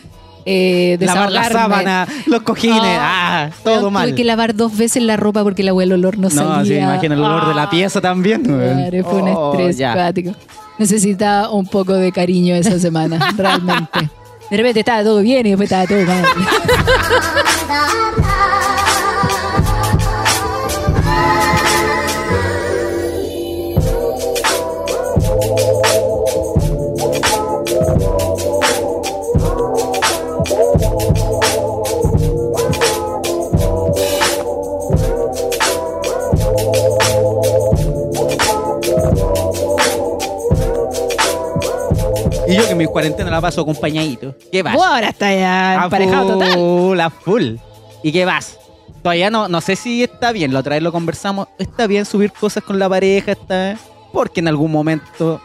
Speaker 5: eh,
Speaker 4: lavar la
Speaker 5: desahogarme.
Speaker 4: sábana, los cojines,
Speaker 5: Oh.
Speaker 4: ah,
Speaker 5: Weón,
Speaker 4: todo mal.
Speaker 5: Tuve que lavar dos veces la ropa porque la hueá el olor no, salía.
Speaker 4: No, sí, imagina el olor de la
Speaker 5: Ah,
Speaker 4: pieza también. weón.
Speaker 5: madre, fue un
Speaker 4: Oh,
Speaker 5: estrés
Speaker 4: ya.
Speaker 5: cuático. Necesitaba un poco de cariño esa semana, realmente. De repente estaba todo bien y después estaba todo mal.
Speaker 4: Y yo que mi cuarentena la paso acompañadito. ¿Qué vas?
Speaker 5: Vos ahora está ya
Speaker 4: A
Speaker 5: emparejado total.
Speaker 4: full, a full. ¿Y qué vas? Todavía no, no sé si está bien, la otra vez lo conversamos, está bien subir cosas con la pareja, está porque en algún momento,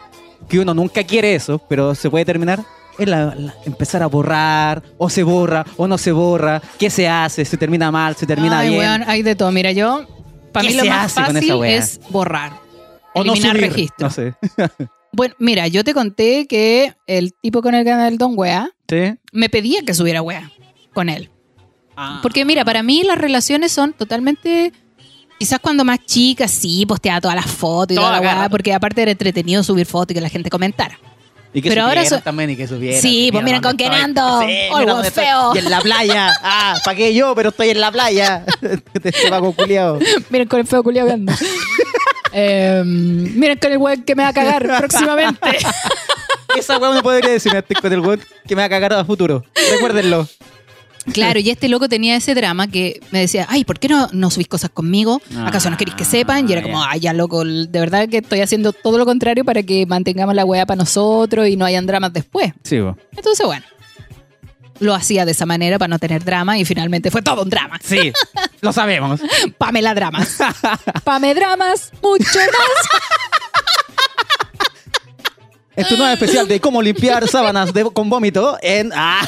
Speaker 4: que uno nunca quiere eso, pero se puede terminar, es la- la- empezar a borrar, o se borra, o no se borra, qué se hace, se termina mal, se termina
Speaker 5: Ay,
Speaker 4: bien,
Speaker 5: weón, hay de todo. Mira, yo, para
Speaker 4: ¿Qué
Speaker 5: mí lo
Speaker 4: se
Speaker 5: más
Speaker 4: hace con esa
Speaker 5: fácil
Speaker 4: wea?
Speaker 5: es borrar.
Speaker 4: o no
Speaker 5: eliminar
Speaker 4: subir,
Speaker 5: registro.
Speaker 4: no sé.
Speaker 5: Bueno, mira, yo te conté que el tipo con el canal Don Wea
Speaker 4: ¿Sí?
Speaker 5: me pedía que subiera wea con él.
Speaker 4: Ah,
Speaker 5: Porque mira, para mí las relaciones son totalmente... Quizás cuando más chica, sí, posteaba todas las fotos y
Speaker 4: Toda
Speaker 5: toda la
Speaker 4: la
Speaker 5: weá,
Speaker 4: garra.
Speaker 5: porque aparte era entretenido subir fotos y que la gente comentara.
Speaker 4: y que
Speaker 5: pero ahora
Speaker 4: subieran
Speaker 5: so-
Speaker 4: también y que subieran.
Speaker 5: Sí,
Speaker 4: que
Speaker 5: pues
Speaker 4: mira
Speaker 5: miren con
Speaker 4: dónde
Speaker 5: quién
Speaker 4: estoy.
Speaker 5: ando.
Speaker 4: Sí,
Speaker 5: Oh,
Speaker 4: mira
Speaker 5: weón
Speaker 4: dónde estoy.
Speaker 5: feo.
Speaker 4: Y en la playa. Ah, ¿para qué yo? Pero estoy en la playa. Te vago culiao.
Speaker 5: Miren con el feo culiao que ando. Em, miren con el weón que me va a cagar próximamente.
Speaker 4: Esa weón no podría decirme estoy con el weón que me va a cagar a futuro. Recuérdenlo.
Speaker 5: Claro, y este loco tenía ese drama que me decía, ay, ¿por qué no, no subís cosas conmigo? ¿Acaso no queréis que sepan? Y era como,
Speaker 4: Ah,
Speaker 5: ay, ya loco, l- de verdad que estoy haciendo todo lo contrario para que mantengamos la weá para nosotros y no hayan dramas después.
Speaker 4: Sí, weón.
Speaker 5: Entonces, bueno, lo hacía de esa manera para no tener drama y finalmente fue todo un drama.
Speaker 4: Sí, lo sabemos.
Speaker 5: Pamela Dramas. Pame Dramas, mucho más.
Speaker 4: Es tu nuevo especial de cómo limpiar sábanas de- con vómito en. Ah,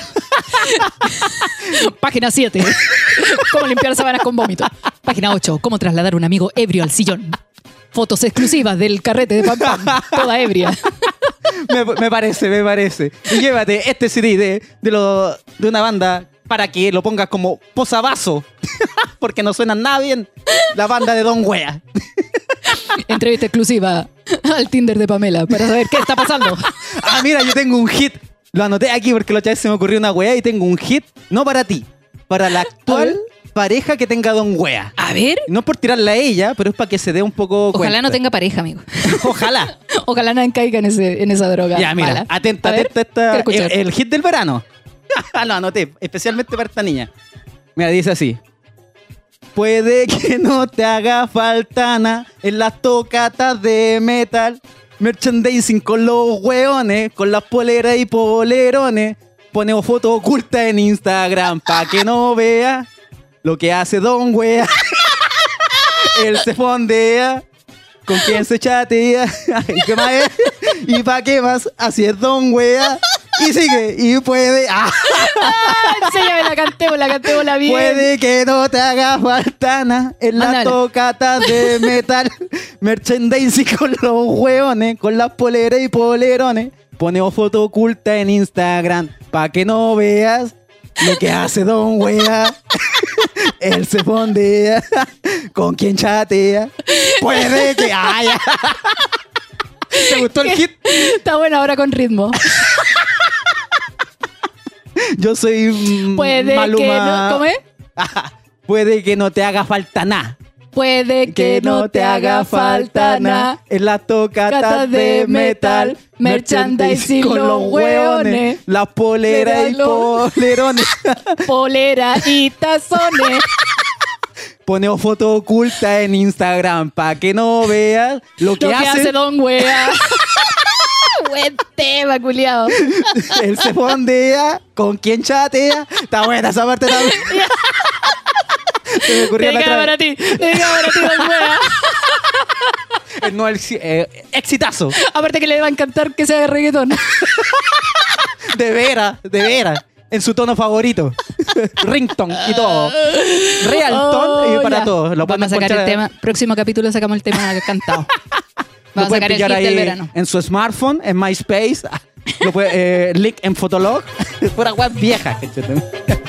Speaker 5: Página 7. Cómo limpiar sábanas con vómito. Página 8. Cómo trasladar un amigo ebrio al sillón. Fotos exclusivas del carrete de Pam Pam. Toda ebria.
Speaker 4: me, me parece, me parece. Y llévate este CD de, de, lo- de una banda para que lo pongas como posavaso, porque no suena nada bien la banda de Don Wea.
Speaker 5: Entrevista exclusiva al Tinder de Pamela para saber qué está pasando.
Speaker 4: Ah, mira, yo tengo un hit. Lo anoté aquí porque la otra vez se me ocurrió una wea y tengo un hit, no para ti, para la actual pareja que tenga Don Wea.
Speaker 5: A ver,
Speaker 4: No es por tirarla a ella, pero es para que se dé un poco
Speaker 5: ojalá no
Speaker 4: cuenta.
Speaker 5: tenga pareja, amigo.
Speaker 4: Ojalá.
Speaker 5: Ojalá no caiga en, ese, en esa droga.
Speaker 4: Ya, mira,
Speaker 5: mala.
Speaker 4: atenta,
Speaker 5: A ver,
Speaker 4: atenta esta-
Speaker 5: quiero escuchar.
Speaker 4: el, el hit del verano. Lo anoté, especialmente para esta niña. Mira, dice así. Puede que no te haga falta nada en las tocatas de metal. Merchandising con los hueones, con las poleras y polerones. Ponemos fotos ocultas en Instagram pa' que no vea lo que hace Don Wea. Él se fondea con quien se chatea. ¿Y qué más es? ¿Y pa' qué más? Así es Don Wea. Y sigue, y puede. ¡Ah!
Speaker 5: Ah, enséñame la cantemos, la cantémosla bien.
Speaker 4: Puede que no te haga falta nada en la
Speaker 5: Mándala.
Speaker 4: tocata de metal. Merchandising con los hueones, con las poleras y polerones. Ponemos foto oculta en Instagram pa' que no veas lo que hace Don Wea. Él se fondea con quien chatea. Puede que haya. ¿Te gustó el hit?
Speaker 5: Está bueno ahora con ritmo.
Speaker 4: Yo soy mm,
Speaker 5: Puede
Speaker 4: Maluma.
Speaker 5: que no. ¿Cómo es?
Speaker 4: Puede que no te haga falta nada.
Speaker 5: Puede que, no te haga falta nada.
Speaker 4: En la tocata
Speaker 5: Cata
Speaker 4: de
Speaker 5: de
Speaker 4: metal,
Speaker 5: metal, merchandising
Speaker 4: con los hueones, las poleras y
Speaker 5: de los-
Speaker 4: polerones.
Speaker 5: Polera y tazones.
Speaker 4: Ponemos foto oculta en Instagram para que no veas lo que,
Speaker 5: Lo que
Speaker 4: hace,
Speaker 5: hace Don Wea. Buen tema, culiao.
Speaker 4: Él se fondea, con quién chatea. Está buena esa parte también. Se me ocurrió
Speaker 5: Te
Speaker 4: la
Speaker 5: queda
Speaker 4: otra
Speaker 5: para
Speaker 4: vez.
Speaker 5: ti. Te queda para ti, Don Wea.
Speaker 4: Eh, No, el, eh, exitazo.
Speaker 5: Aparte que le va a encantar que sea de reggaetón.
Speaker 4: De veras, de veras. En su tono favorito. Rington y todo. Realton
Speaker 5: Oh,
Speaker 4: y para
Speaker 5: ya.
Speaker 4: todos. Lo pueden
Speaker 5: Vamos a sacar el
Speaker 4: encontrar-
Speaker 5: tema. Próximo capítulo sacamos el tema cantado.
Speaker 4: lo
Speaker 5: Vamos a
Speaker 4: pueden
Speaker 5: sacar el hit
Speaker 4: pillar
Speaker 5: del
Speaker 4: ahí
Speaker 5: verano.
Speaker 4: En su smartphone, en MySpace. Ah, Lo puede, eh, link en Fotolog. Pura web vieja. este cachete.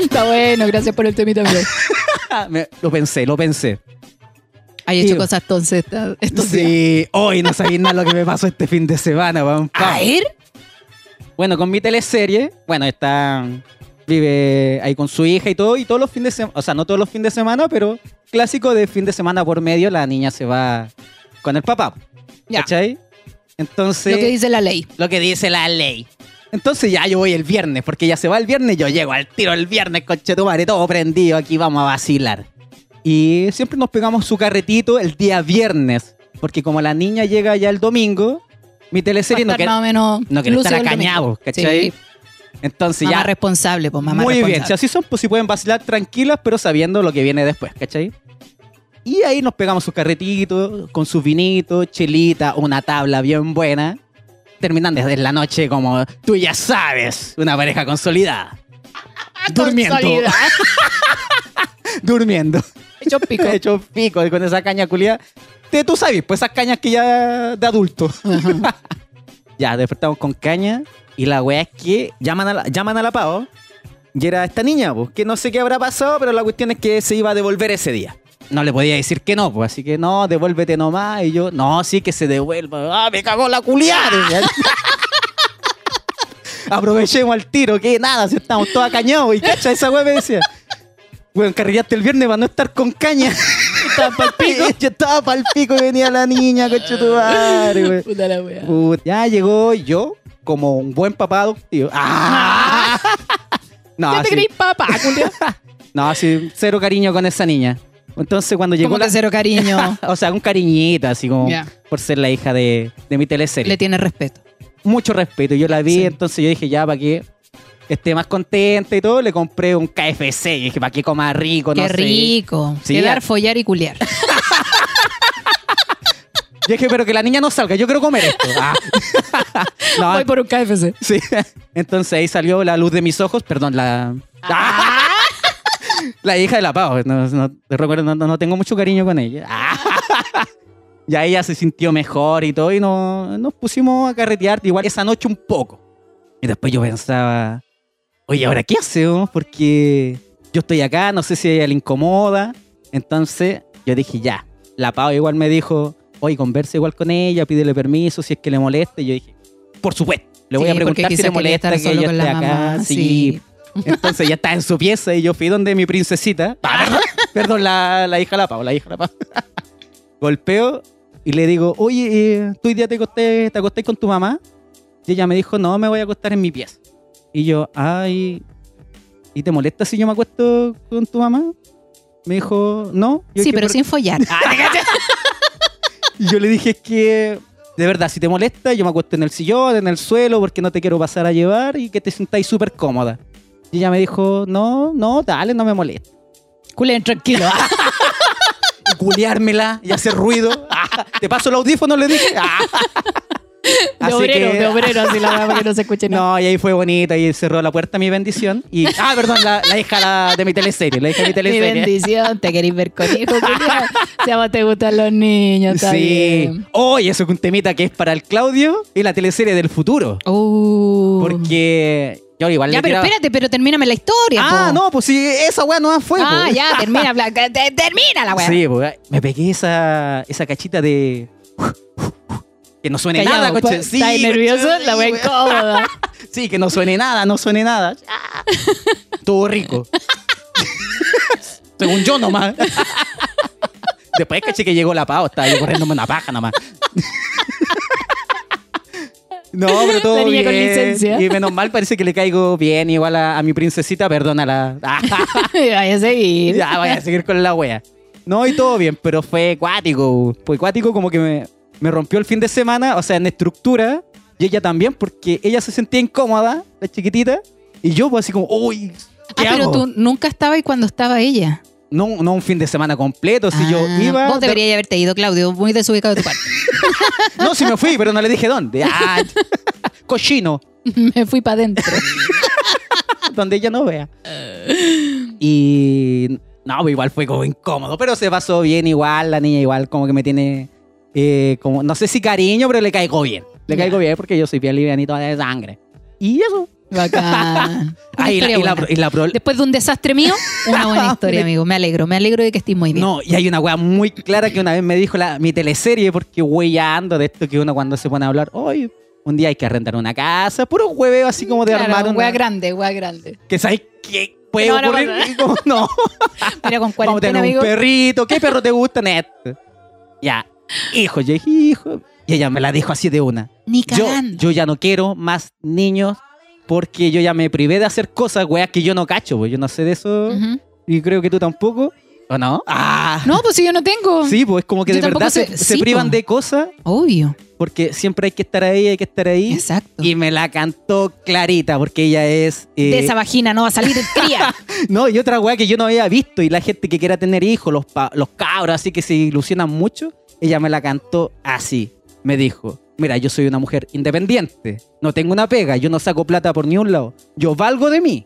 Speaker 5: Está bueno, gracias por el temita, amigo.
Speaker 4: Ah, Me- lo pensé, lo pensé.
Speaker 5: Hay hecho
Speaker 4: Y-
Speaker 5: cosas entonces esta- estos días.
Speaker 4: Sí, hoy no sabéis nada lo que me pasó este fin de semana, weón.
Speaker 5: A ver,
Speaker 4: Bueno, con mi teleserie, bueno, está. Vive ahí con su hija y todo, y todos los fines de semana, o sea, no todos los fines de semana, pero clásico de fin de semana por medio, la niña se va con el papá.
Speaker 5: Ya.
Speaker 4: ¿Cachai? Entonces.
Speaker 5: lo que dice la ley.
Speaker 4: lo que dice la ley. Entonces ya yo voy el viernes, porque ya se va el viernes, yo llego al tiro el viernes, coche tu madre, todo prendido, aquí vamos a vacilar. Y siempre nos pegamos su carretito el día viernes, porque como la niña llega ya el domingo, mi
Speaker 5: Va a
Speaker 4: teleserie no
Speaker 5: estar
Speaker 4: quiere,
Speaker 5: más o menos
Speaker 4: no quiere estar
Speaker 5: lúcido el domingo.
Speaker 4: acañado, ¿cachai?
Speaker 5: Sí.
Speaker 4: Entonces
Speaker 5: Mamá
Speaker 4: ya...
Speaker 5: responsable, pues mamá
Speaker 4: Muy bien, si
Speaker 5: responsable.
Speaker 4: así son, pues si pueden vacilar tranquilas, pero sabiendo lo que viene después, ¿cachai? Y ahí nos pegamos sus carretitos, con sus vinitos, chelita, una tabla bien buena. Terminan desde la noche como, tú ya sabes, una pareja consolidada. durmiendo.
Speaker 5: Consolidada.
Speaker 4: Durmiendo.
Speaker 5: Hecho pico.
Speaker 4: De hecho, pico con esa caña culia. Te, tú sabes, pues esas cañas que ya de adulto. ya, despertamos con caña. Y la weá es que llaman a la, llaman a la PAO. Y era esta niña, pues, que no sé qué habrá pasado, pero la cuestión es que se iba a devolver ese día. No le podía decir que no, pues, así que no, devuélvete nomás. Y yo, no, sí, que se devuelva. ¡Ah, me cagó la culiada! Aprovechemos al tiro, que nada, si estamos todos acañados. Y cacha, esa weá me decía. Weón, carrillaste el viernes para no estar con caña. estaba pa'l pico. Yo estaba pa'l pico y venía la niña, coche tu madre, weón.
Speaker 5: Puta la wea.
Speaker 4: Put- Ya llegó yo como un buen papá adoptivo. ¡Ah! No,
Speaker 5: ¿Qué te
Speaker 4: ah, sí.
Speaker 5: creís, papá, culiao?
Speaker 4: no, sí, cero cariño con esa niña. Entonces cuando llegó
Speaker 5: Como
Speaker 4: la...
Speaker 5: que cero cariño.
Speaker 4: O sea, un cariñito, así como
Speaker 5: Ya.
Speaker 4: por ser la hija de, de mi teleserie.
Speaker 5: Le tiene respeto.
Speaker 4: Mucho respeto. Yo la vi,
Speaker 5: Sí.
Speaker 4: entonces yo dije, ya, para que esté más contenta y todo, le compré un KFC. Y dije, para que coma rico, no
Speaker 5: Qué
Speaker 4: sé.
Speaker 5: rico.
Speaker 4: Sí,
Speaker 5: Quedar,
Speaker 4: ya.
Speaker 5: follar y culiar.
Speaker 4: Yo dije, pero que la niña no salga, yo quiero comer esto. Ah. No,
Speaker 5: Voy por un KFC.
Speaker 4: Sí. Entonces ahí salió la luz de mis ojos, perdón, la. La hija de la Pau. No, no- te recuerdo, no, no tengo mucho cariño con ella. ya ella se sintió mejor y todo. Y no, nos pusimos a carretear igual esa noche un poco. Y después yo pensaba, oye, ¿ahora qué hacemos? Porque yo estoy acá, no sé si a ella le incomoda. Entonces yo dije, ya. La Pau igual me dijo, oye, conversa igual con ella, pídele permiso si es que le molesta. Y yo dije, por supuesto. Le voy
Speaker 5: Sí,
Speaker 4: a
Speaker 5: porque
Speaker 4: preguntar si
Speaker 5: quizá
Speaker 4: le
Speaker 5: quería
Speaker 4: molesta
Speaker 5: estar
Speaker 4: que
Speaker 5: solo
Speaker 4: ella
Speaker 5: con
Speaker 4: esté
Speaker 5: la
Speaker 4: acá.
Speaker 5: mamá,
Speaker 4: sí,
Speaker 5: sí.
Speaker 4: entonces ya está en su pieza y yo fui donde mi princesita. Ah, perdón, Perdón, la, la hija de la Pau, la hija de la Pau. Golpeo y le digo, oye, eh, tú hoy día te acosté, te acosté con tu mamá. Y ella me dijo, no, me voy a acostar en mi pieza. Y yo, ay, ¿y te molesta si yo me acuesto con tu mamá? Me dijo, no. Yo
Speaker 5: Sí,
Speaker 4: dije, Ah,
Speaker 5: pero sin follar.
Speaker 4: y yo le dije "Es que, de verdad, si te molesta, yo me acuesto en el sillón, en el suelo, porque no te quiero pasar a llevar y que te sintáis súper cómoda. Y ella me dijo, no, no, dale, no me molesta.
Speaker 5: Culen tranquilo.
Speaker 4: Y Culeármela y hacer ruido. Ah, te paso el audífono, le dije. Ah.
Speaker 5: De
Speaker 4: Así
Speaker 5: obrero,
Speaker 4: que-
Speaker 5: de obrero, así la verdad, para que no se escuche nada.
Speaker 4: No, y ahí fue bonita y cerró la puerta mi bendición. Y, ah, perdón, la, la hija la- de mi teleserie, la hija de mi
Speaker 5: Mi
Speaker 4: teleserie.
Speaker 5: bendición, te querés ver con hijo, culiao. Si a vos te gustan los niños, está
Speaker 4: sí.
Speaker 5: bien.
Speaker 4: Oye, eso es un temita que es para el Claudio y la teleserie del futuro.
Speaker 5: Uh.
Speaker 4: Porque yo igual
Speaker 5: Ya,
Speaker 4: le
Speaker 5: pero
Speaker 4: tiraba-
Speaker 5: espérate, pero termíname la historia.
Speaker 4: Ah,
Speaker 5: po.
Speaker 4: no, pues sí, esa weá no fue.
Speaker 5: Ah,
Speaker 4: po.
Speaker 5: ya, termina, bla- que- te- termina la weá.
Speaker 4: Sí, pues me pegué esa, esa cachita de. Que no suene
Speaker 5: Callado,
Speaker 4: nada,
Speaker 5: po.
Speaker 4: coche. Sí,
Speaker 5: pues, ¿Estás
Speaker 4: coche,
Speaker 5: nervioso?
Speaker 4: sí,
Speaker 5: La weá
Speaker 4: weá.
Speaker 5: incómoda.
Speaker 4: Sí, que no suene nada, no suene nada. Ah. Estuvo rico. Según yo nomás. Después caché que llegó la pao, estaba yo corriéndome una paja nomás. No, pero todo
Speaker 5: La niña con
Speaker 4: bien.
Speaker 5: licencia.
Speaker 4: Y menos mal parece que le caigo bien, igual a, a mi princesita, perdónala.
Speaker 5: Vaya a seguir.
Speaker 4: Ya, voy a seguir con la wea. No, y todo bien, pero fue cuático. Fue cuático como que me, me rompió el fin de semana, o sea, en estructura. Y ella también, porque ella se sentía incómoda, la chiquitita. Y yo, pues así como, uy,
Speaker 5: Ah,
Speaker 4: ¿qué
Speaker 5: pero
Speaker 4: hago?
Speaker 5: tú nunca estabas ahí cuando estaba ella.
Speaker 4: No, no un fin de semana completo, si yo
Speaker 5: Ah,
Speaker 4: iba.
Speaker 5: Vos deberías haberte ido, Claudio. Muy desubicado de tu parte.
Speaker 4: No, si me fui, pero no le dije dónde. Ah, cochino.
Speaker 5: Me fui para adentro.
Speaker 4: donde ella no vea. Y no, igual fue como incómodo, pero se pasó bien igual, la niña igual como que me tiene eh, como, no sé si cariño, pero le caigo bien. Le
Speaker 5: Ya.
Speaker 4: caigo bien porque yo soy piel livianita de sangre. Y eso.
Speaker 5: Bacán. Una
Speaker 4: Ah, y la,
Speaker 5: historia
Speaker 4: y la-
Speaker 5: buena.
Speaker 4: y la pro-
Speaker 5: Después de un desastre mío, una buena historia, amigo. Me alegro, me alegro de que estés muy bien.
Speaker 4: No, y hay una wea muy clara que una vez me dijo la, mi teleserie, porque ando de esto que uno cuando se pone a hablar, hoy un día hay que arrendar una casa, puro hueveo así como de
Speaker 5: Claro,
Speaker 4: armar una.
Speaker 5: wea grande, wea grande.
Speaker 4: que sabes qué puede
Speaker 5: No, no
Speaker 4: ocurrir.
Speaker 5: pasa.
Speaker 4: Y como, no.
Speaker 5: Mira, con
Speaker 4: Vamos a
Speaker 5: cuarentena,
Speaker 4: tener
Speaker 5: amigo.
Speaker 4: un perrito. ¿Qué perro te gusta, Net? Ya. Hijo, yo dije, hijo. Y ella me la dijo así de una.
Speaker 5: Ni
Speaker 4: Yo,
Speaker 5: cagando.
Speaker 4: yo ya no quiero más niños porque yo ya me privé de hacer cosas, weas, que yo no cacho, pues yo no sé de eso.
Speaker 5: Ujú.
Speaker 4: Y creo que tú tampoco. ¿O no? Ah.
Speaker 5: No, pues si yo no tengo.
Speaker 4: Sí, pues como que
Speaker 5: Yo
Speaker 4: de
Speaker 5: tampoco
Speaker 4: verdad se,
Speaker 5: sé-
Speaker 4: se
Speaker 5: sí,
Speaker 4: privan
Speaker 5: po.
Speaker 4: de cosas
Speaker 5: Obvio.
Speaker 4: porque siempre hay que estar ahí, hay que estar ahí.
Speaker 5: Exacto.
Speaker 4: Y me la cantó clarita porque ella es... eh,
Speaker 5: de esa vagina no va a salir el cría.
Speaker 4: No, y otra weá que yo no había visto, y la gente que quiera tener hijos, los, pa- los cabros, así que se ilusionan mucho, ella me la cantó así. Me dijo, mira, yo soy una mujer independiente, no tengo una pega, yo no saco plata por ningún lado, yo valgo de mí.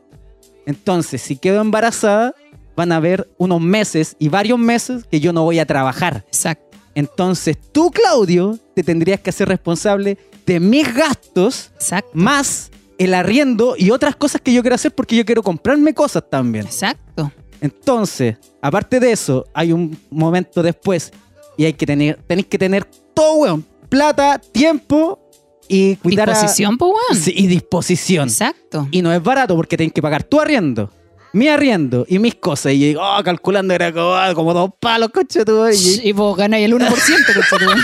Speaker 4: Entonces, si quedo embarazada, van a haber unos meses y varios meses que yo no voy a trabajar.
Speaker 5: Exacto.
Speaker 4: Entonces, tú, Claudio, te tendrías que hacer responsable de mis gastos,
Speaker 5: Exacto.
Speaker 4: más el arriendo y otras cosas que yo quiero hacer porque yo quiero comprarme cosas también.
Speaker 5: Exacto.
Speaker 4: Entonces, aparte de eso, hay un momento después y hay que tener, tenéis que tener todo, weón. Plata, tiempo y cuidar a-
Speaker 5: Disposición, pues, weón.
Speaker 4: Sí, y disposición.
Speaker 5: Exacto.
Speaker 4: Y no es barato porque tenés que pagar tu arriendo, mi arriendo y mis cosas. Y yo digo, oh, calculando era como, ah, como dos palos, coche, tú. Y,
Speaker 5: Y vos ganáis el 1%. conchetumare.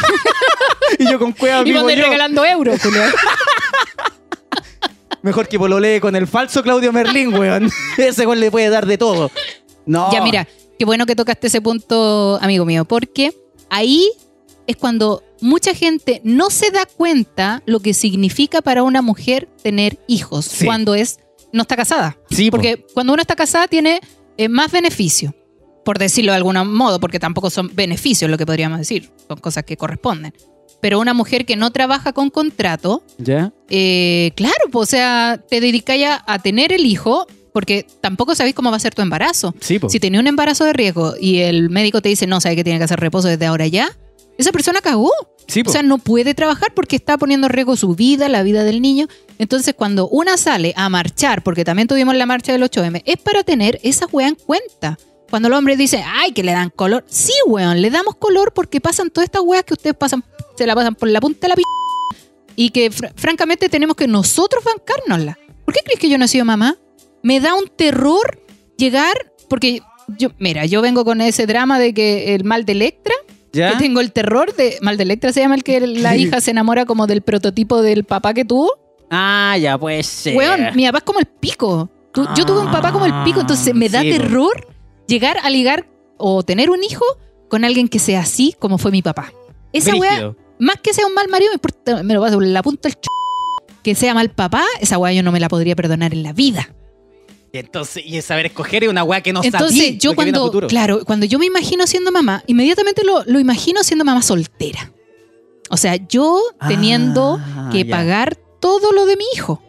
Speaker 4: y yo con cueva
Speaker 5: y vos
Speaker 4: vivo
Speaker 5: andáis
Speaker 4: yo.
Speaker 5: regalando euros, culiao.
Speaker 4: Mejor que pololee con el falso Claudio Merlín, weón. Ese weón le puede dar de todo. No.
Speaker 5: Ya, mira, qué bueno que tocaste ese punto, amigo mío, porque ahí es cuando mucha gente no se da cuenta lo que significa para una mujer tener hijos
Speaker 4: Sí.
Speaker 5: cuando es no está casada.
Speaker 4: Sí, po.
Speaker 5: Porque cuando uno está casada tiene eh, más beneficio, por decirlo de algún modo, porque tampoco son beneficios lo que podríamos decir, son cosas que corresponden. Pero una mujer que no trabaja con contrato,
Speaker 4: ¿Ya?
Speaker 5: eh, claro, pues, o sea, te dedicas a, a tener el hijo Porque tampoco sabéis cómo va a ser tu embarazo.
Speaker 4: Sí, po.
Speaker 5: Si tenía un embarazo de riesgo y el médico te dice, no, sabe que tiene que hacer reposo desde ahora ya, esa persona cagó.
Speaker 4: Sí, po.
Speaker 5: O sea, no puede trabajar porque está poniendo en riesgo su vida, la vida del niño. Entonces, cuando una sale a marchar, porque también tuvimos la marcha del 8M, es para tener esa weá en cuenta. Cuando el hombre dice, ay, que le dan color. Sí, weón, le damos color porque pasan todas estas weas que ustedes pasan, se la pasan por la punta de la p y que fr- francamente tenemos que nosotros bancárnosla. ¿Por qué crees que yo no he sido mamá? Me da un terror llegar, porque yo, mira, yo vengo con ese drama de que el mal de Electra,
Speaker 4: ¿Ya?
Speaker 5: que tengo el terror de. Mal de Electra se llama el que la
Speaker 4: ¿Ah? Sí.
Speaker 5: hija se enamora como del prototipo del papá que tuvo.
Speaker 4: Ah, ya, pues sí.
Speaker 5: Weón, mi papá es como el pico. Tú- Yo tuve un papá como el pico, entonces me da
Speaker 4: Ah, Sí, po.
Speaker 5: terror llegar a ligar o tener un hijo con alguien que sea así como fue mi papá. Esa weá,
Speaker 4: Brígido.
Speaker 5: más que sea un mal marido, me, importa, me lo paso por la punta del ch... Que sea mal papá, esa weá yo no me la podría perdonar en la vida.
Speaker 4: Y entonces, y el saber escoger es una weá que no
Speaker 5: Entonces,
Speaker 4: sabí,
Speaker 5: yo
Speaker 4: lo que viene a
Speaker 5: cuando,
Speaker 4: futuro.
Speaker 5: claro, cuando yo me imagino siendo mamá, inmediatamente lo, lo imagino siendo mamá soltera. O sea, yo teniendo
Speaker 4: Ah,
Speaker 5: que
Speaker 4: ya.
Speaker 5: pagar todo lo de mi hijo.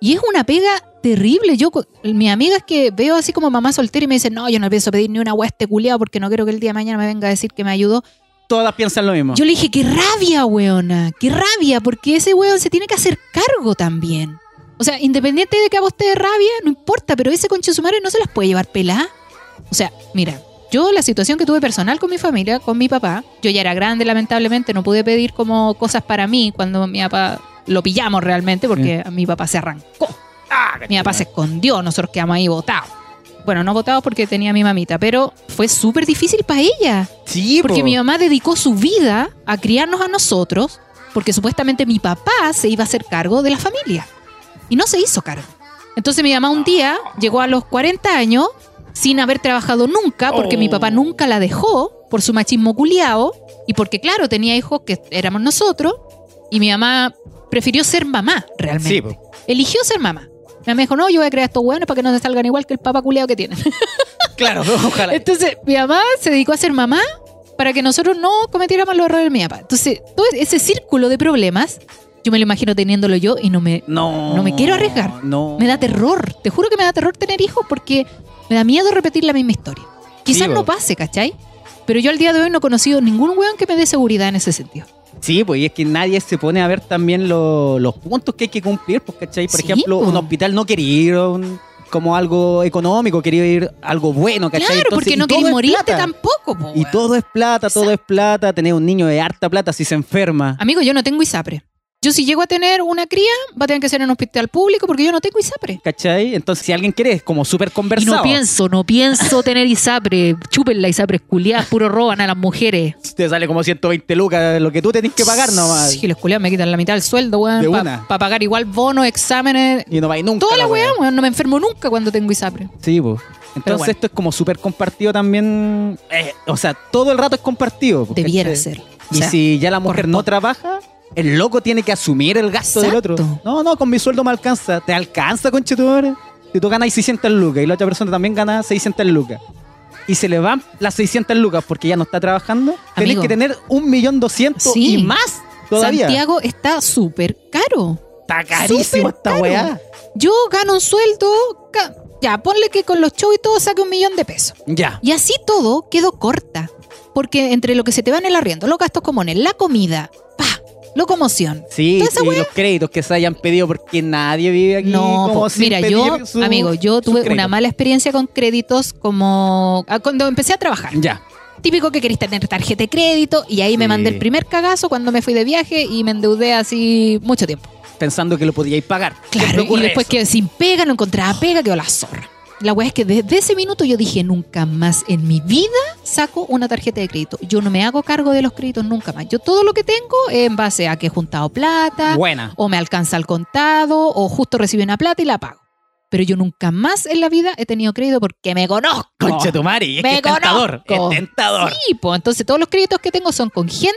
Speaker 5: Y es una pega terrible. Yo, co- mis amigas que veo así como mamá soltera y me dicen, no, yo no pienso pedir ni una hueste culiao porque no quiero que el día de mañana me venga a decir que me ayudó.
Speaker 4: Todas piensan lo mismo.
Speaker 5: Yo le dije, qué rabia, weona, qué rabia, porque ese weón se tiene que hacer cargo también. O sea, independiente de que a vos te dé rabia, no importa, pero ese conche su madre no se las puede llevar pelá. O sea, mira, yo la situación que tuve personal con mi familia, con mi papá, yo ya era grande, lamentablemente, no pude pedir como cosas para mí cuando mi papá lo pillamos realmente, porque mi papá se arrancó. Mi papá se escondió, nosotros quedamos ahí botados. Bueno, no botados porque tenía a mi mamita, pero fue súper difícil para ella.
Speaker 4: sí,
Speaker 5: Porque
Speaker 4: po.
Speaker 5: mi mamá dedicó su vida a criarnos a nosotros, porque supuestamente mi papá se iba a hacer cargo de la familia. Y no se hizo cargo. Entonces mi mamá un día llegó a los 40 años sin haber trabajado nunca, porque mi
Speaker 4: Oh.
Speaker 5: papá nunca la dejó por su machismo culiao, y porque claro, tenía hijos que éramos nosotros, y mi mamá prefirió ser mamá realmente
Speaker 4: Sí, po.
Speaker 5: eligió ser mamá. Mi mamá dijo, no, yo voy a crear estos hueones para que no se salgan igual que el papá culeado que tienen.
Speaker 4: Claro, ojalá.
Speaker 5: Entonces, mi mamá se dedicó a ser mamá para que nosotros no cometiéramos los errores de mi papá. Entonces, todo ese círculo de problemas, yo me lo imagino teniéndolo yo y no me...
Speaker 4: No.
Speaker 5: No me quiero arriesgar.
Speaker 4: No.
Speaker 5: Me da terror. Te juro que me da terror tener hijos porque me da miedo repetir la misma historia. Quizás
Speaker 4: Sí, bo.
Speaker 5: no pase, ¿cachai? Pero yo al día de hoy no he conocido ningún hueón que me dé seguridad en ese sentido.
Speaker 4: Sí, pues y es que nadie se pone a ver también lo- los puntos que hay que cumplir, pues, ¿cachai? Por
Speaker 5: Sí,
Speaker 4: ejemplo,
Speaker 5: po.
Speaker 4: un hospital no quería ir a un- como algo económico, quería ir a algo bueno, ¿cachai?
Speaker 5: Claro,
Speaker 4: Entonces,
Speaker 5: porque
Speaker 4: y
Speaker 5: no
Speaker 4: todo
Speaker 5: querés
Speaker 4: es
Speaker 5: morirte
Speaker 4: plata.
Speaker 5: tampoco. po,
Speaker 4: Y
Speaker 5: hueón.
Speaker 4: todo es plata, todo es plata. Tener un niño de harta plata si se enferma.
Speaker 5: Amigo, yo no tengo ISAPRE. Yo si llego a tener una cría, va a tener que ser en un hospital público porque yo no tengo ISAPRE.
Speaker 4: ¿Cachai? Entonces, si alguien quiere, es como súper
Speaker 2: Y
Speaker 4: conversado.
Speaker 2: no pienso, no pienso tener ISAPRE. Chupen la ISAPRE culiadas, puro roban a las mujeres.
Speaker 4: Te sale como 120 lucas lo que tú tenés que pagar nomás.
Speaker 5: Sí, los culiados me quitan la mitad del sueldo,
Speaker 4: De
Speaker 5: weón. Para
Speaker 4: una.
Speaker 5: pagar igual bonos, exámenes.
Speaker 4: Y no vais nunca.
Speaker 5: Toda la
Speaker 4: wea.
Speaker 5: weá, weón. No me enfermo nunca cuando tengo ISAPRE.
Speaker 4: Sí, pues. Entonces
Speaker 5: bueno.
Speaker 4: esto es como súper compartido también. eh, o sea, todo el rato es compartido. pues,
Speaker 5: Debiera
Speaker 4: ¿cachai?
Speaker 5: ser. O
Speaker 4: Y
Speaker 5: sea,
Speaker 4: si ya la mujer
Speaker 5: corresponde.
Speaker 4: no trabaja, el loco tiene que asumir el gasto
Speaker 5: Exacto.
Speaker 4: del otro. No, no, con mi sueldo me alcanza. ¿Te alcanza, conchetumare? Si tú ganas 600 lucas y la otra persona también gana 600 lucas. Y se le van las 600 lucas porque ya no está trabajando. Tenés
Speaker 5: Amigo.
Speaker 4: que tener un millón doscientos
Speaker 5: Sí.
Speaker 4: y más todavía.
Speaker 5: Santiago está súper caro.
Speaker 4: está carísimo
Speaker 5: súper
Speaker 4: esta
Speaker 5: caro.
Speaker 4: weá.
Speaker 5: Yo gano un sueldo. ca- Ya, ponle que con los shows y todo saque un millón de pesos.
Speaker 4: Ya.
Speaker 5: Y así todo quedó corta. Porque entre lo que se te va en el arriendo, los gastos comunes, la comida, pa, locomoción.
Speaker 4: Sí,
Speaker 5: Toda esa
Speaker 4: sí,
Speaker 5: weá.
Speaker 4: los créditos que se hayan pedido porque nadie vive aquí.
Speaker 5: No,
Speaker 4: como
Speaker 5: po,
Speaker 4: sin
Speaker 5: mira,
Speaker 4: pedir
Speaker 5: yo,
Speaker 4: su-
Speaker 5: amigo, yo
Speaker 4: sus
Speaker 5: tuve una
Speaker 4: créditos.
Speaker 5: mala experiencia con créditos como ah, cuando empecé a trabajar.
Speaker 4: Ya.
Speaker 5: Típico que querés tener tarjeta de crédito y ahí
Speaker 4: Sí.
Speaker 5: me mandé el primer cagazo cuando me fui de viaje y me endeudé así mucho tiempo.
Speaker 4: Pensando que lo podíais pagar. Siempre
Speaker 5: Claro, y
Speaker 4: ocurre
Speaker 5: después
Speaker 4: eso.
Speaker 5: que sin pega, no encontraba pega, quedó la zorra. La weá es que desde ese minuto yo dije, nunca más en mi vida saco una tarjeta de crédito. Yo no me hago cargo de los créditos nunca más. Yo todo lo que tengo es en base a que he juntado plata,
Speaker 4: Buena.
Speaker 5: o me alcanza el contado, o justo recibí una plata y la pago. Pero yo nunca más en la vida he tenido crédito porque me conozco.
Speaker 4: Concha tu madre, es
Speaker 5: Me
Speaker 4: que es tentador, es
Speaker 5: conozco.
Speaker 4: tentador.
Speaker 5: Sí, po. Entonces todos los créditos que tengo son con gente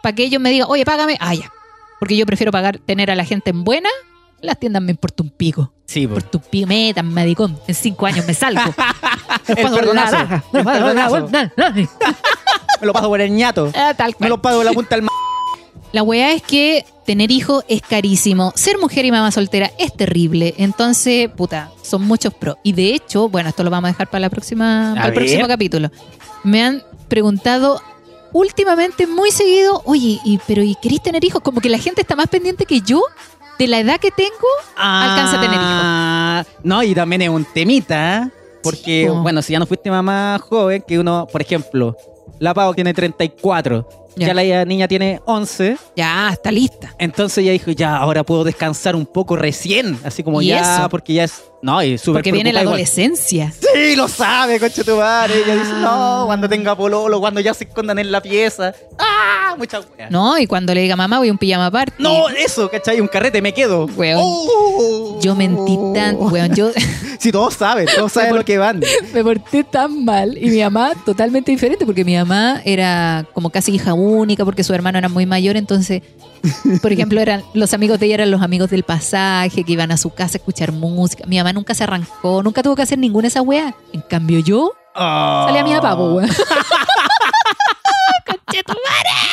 Speaker 5: para que ellos me digan, oye, págame. Ah, ya. Porque yo prefiero pagar, tener a la gente en buena. Las tiendas me importan un pico.
Speaker 4: Sí, po.
Speaker 5: Por tu pico, metan, maricón.
Speaker 2: En cinco años me salgo.
Speaker 4: El perdonazo, el perdonazo. Me lo paso por el ñato.
Speaker 5: Ah, tal
Speaker 4: Me
Speaker 5: cual.
Speaker 4: lo pago por la punta del ma-
Speaker 5: La weá es que Tener hijo es carísimo. Ser mujer y mamá soltera es terrible. Entonces, puta, son muchos pros. Y de hecho, bueno, esto lo vamos a dejar para la próxima, para el
Speaker 4: ver.
Speaker 5: próximo capítulo. Me han preguntado últimamente muy seguido, oye, y, pero ¿y querés tener hijos? Como que la gente está más pendiente que yo de la edad que tengo. Alcanza a tener
Speaker 4: hijos. Ah, No, y también es un temita, ¿eh? porque,
Speaker 5: Sí, po.
Speaker 4: bueno, si ya no fuiste mamá joven, que uno, por ejemplo, la Pau tiene 34,
Speaker 5: Ya.
Speaker 4: ya, la niña tiene 11,
Speaker 5: Ya, está lista.
Speaker 4: entonces ya dijo, ya, ahora puedo descansar un poco recién, así como
Speaker 5: ¿Y
Speaker 4: ya,
Speaker 5: eso?
Speaker 4: porque ya es, no, y súper
Speaker 5: Porque viene la
Speaker 4: preocupada igual.
Speaker 5: adolescencia.
Speaker 4: Sí, lo sabe, coche tu madre. Ella dice,
Speaker 5: Ah.
Speaker 4: no, cuando tenga pololo, cuando ya se escondan en la pieza. ¡Ah! Mucha wea.
Speaker 5: No, y cuando le diga mamá voy a un pijama aparte.
Speaker 4: No, eso, ¿cachai? Un carrete, me quedo.
Speaker 5: Weón.
Speaker 4: Oh.
Speaker 5: Yo mentí tan, weón, yo
Speaker 4: Si todos saben, todos saben lo que van.
Speaker 5: me porté tan mal. Y mi mamá totalmente diferente, porque mi mamá era como casi hija única, porque su hermano era muy mayor, entonces, por ejemplo, eran los amigos de ella eran los amigos del pasaje, que iban a su casa a escuchar música. Mi mamá nunca se arrancó, nunca tuvo que hacer ninguna de esas weas. En cambio yo, salía a mi papá,
Speaker 4: Ah.
Speaker 5: po, weón.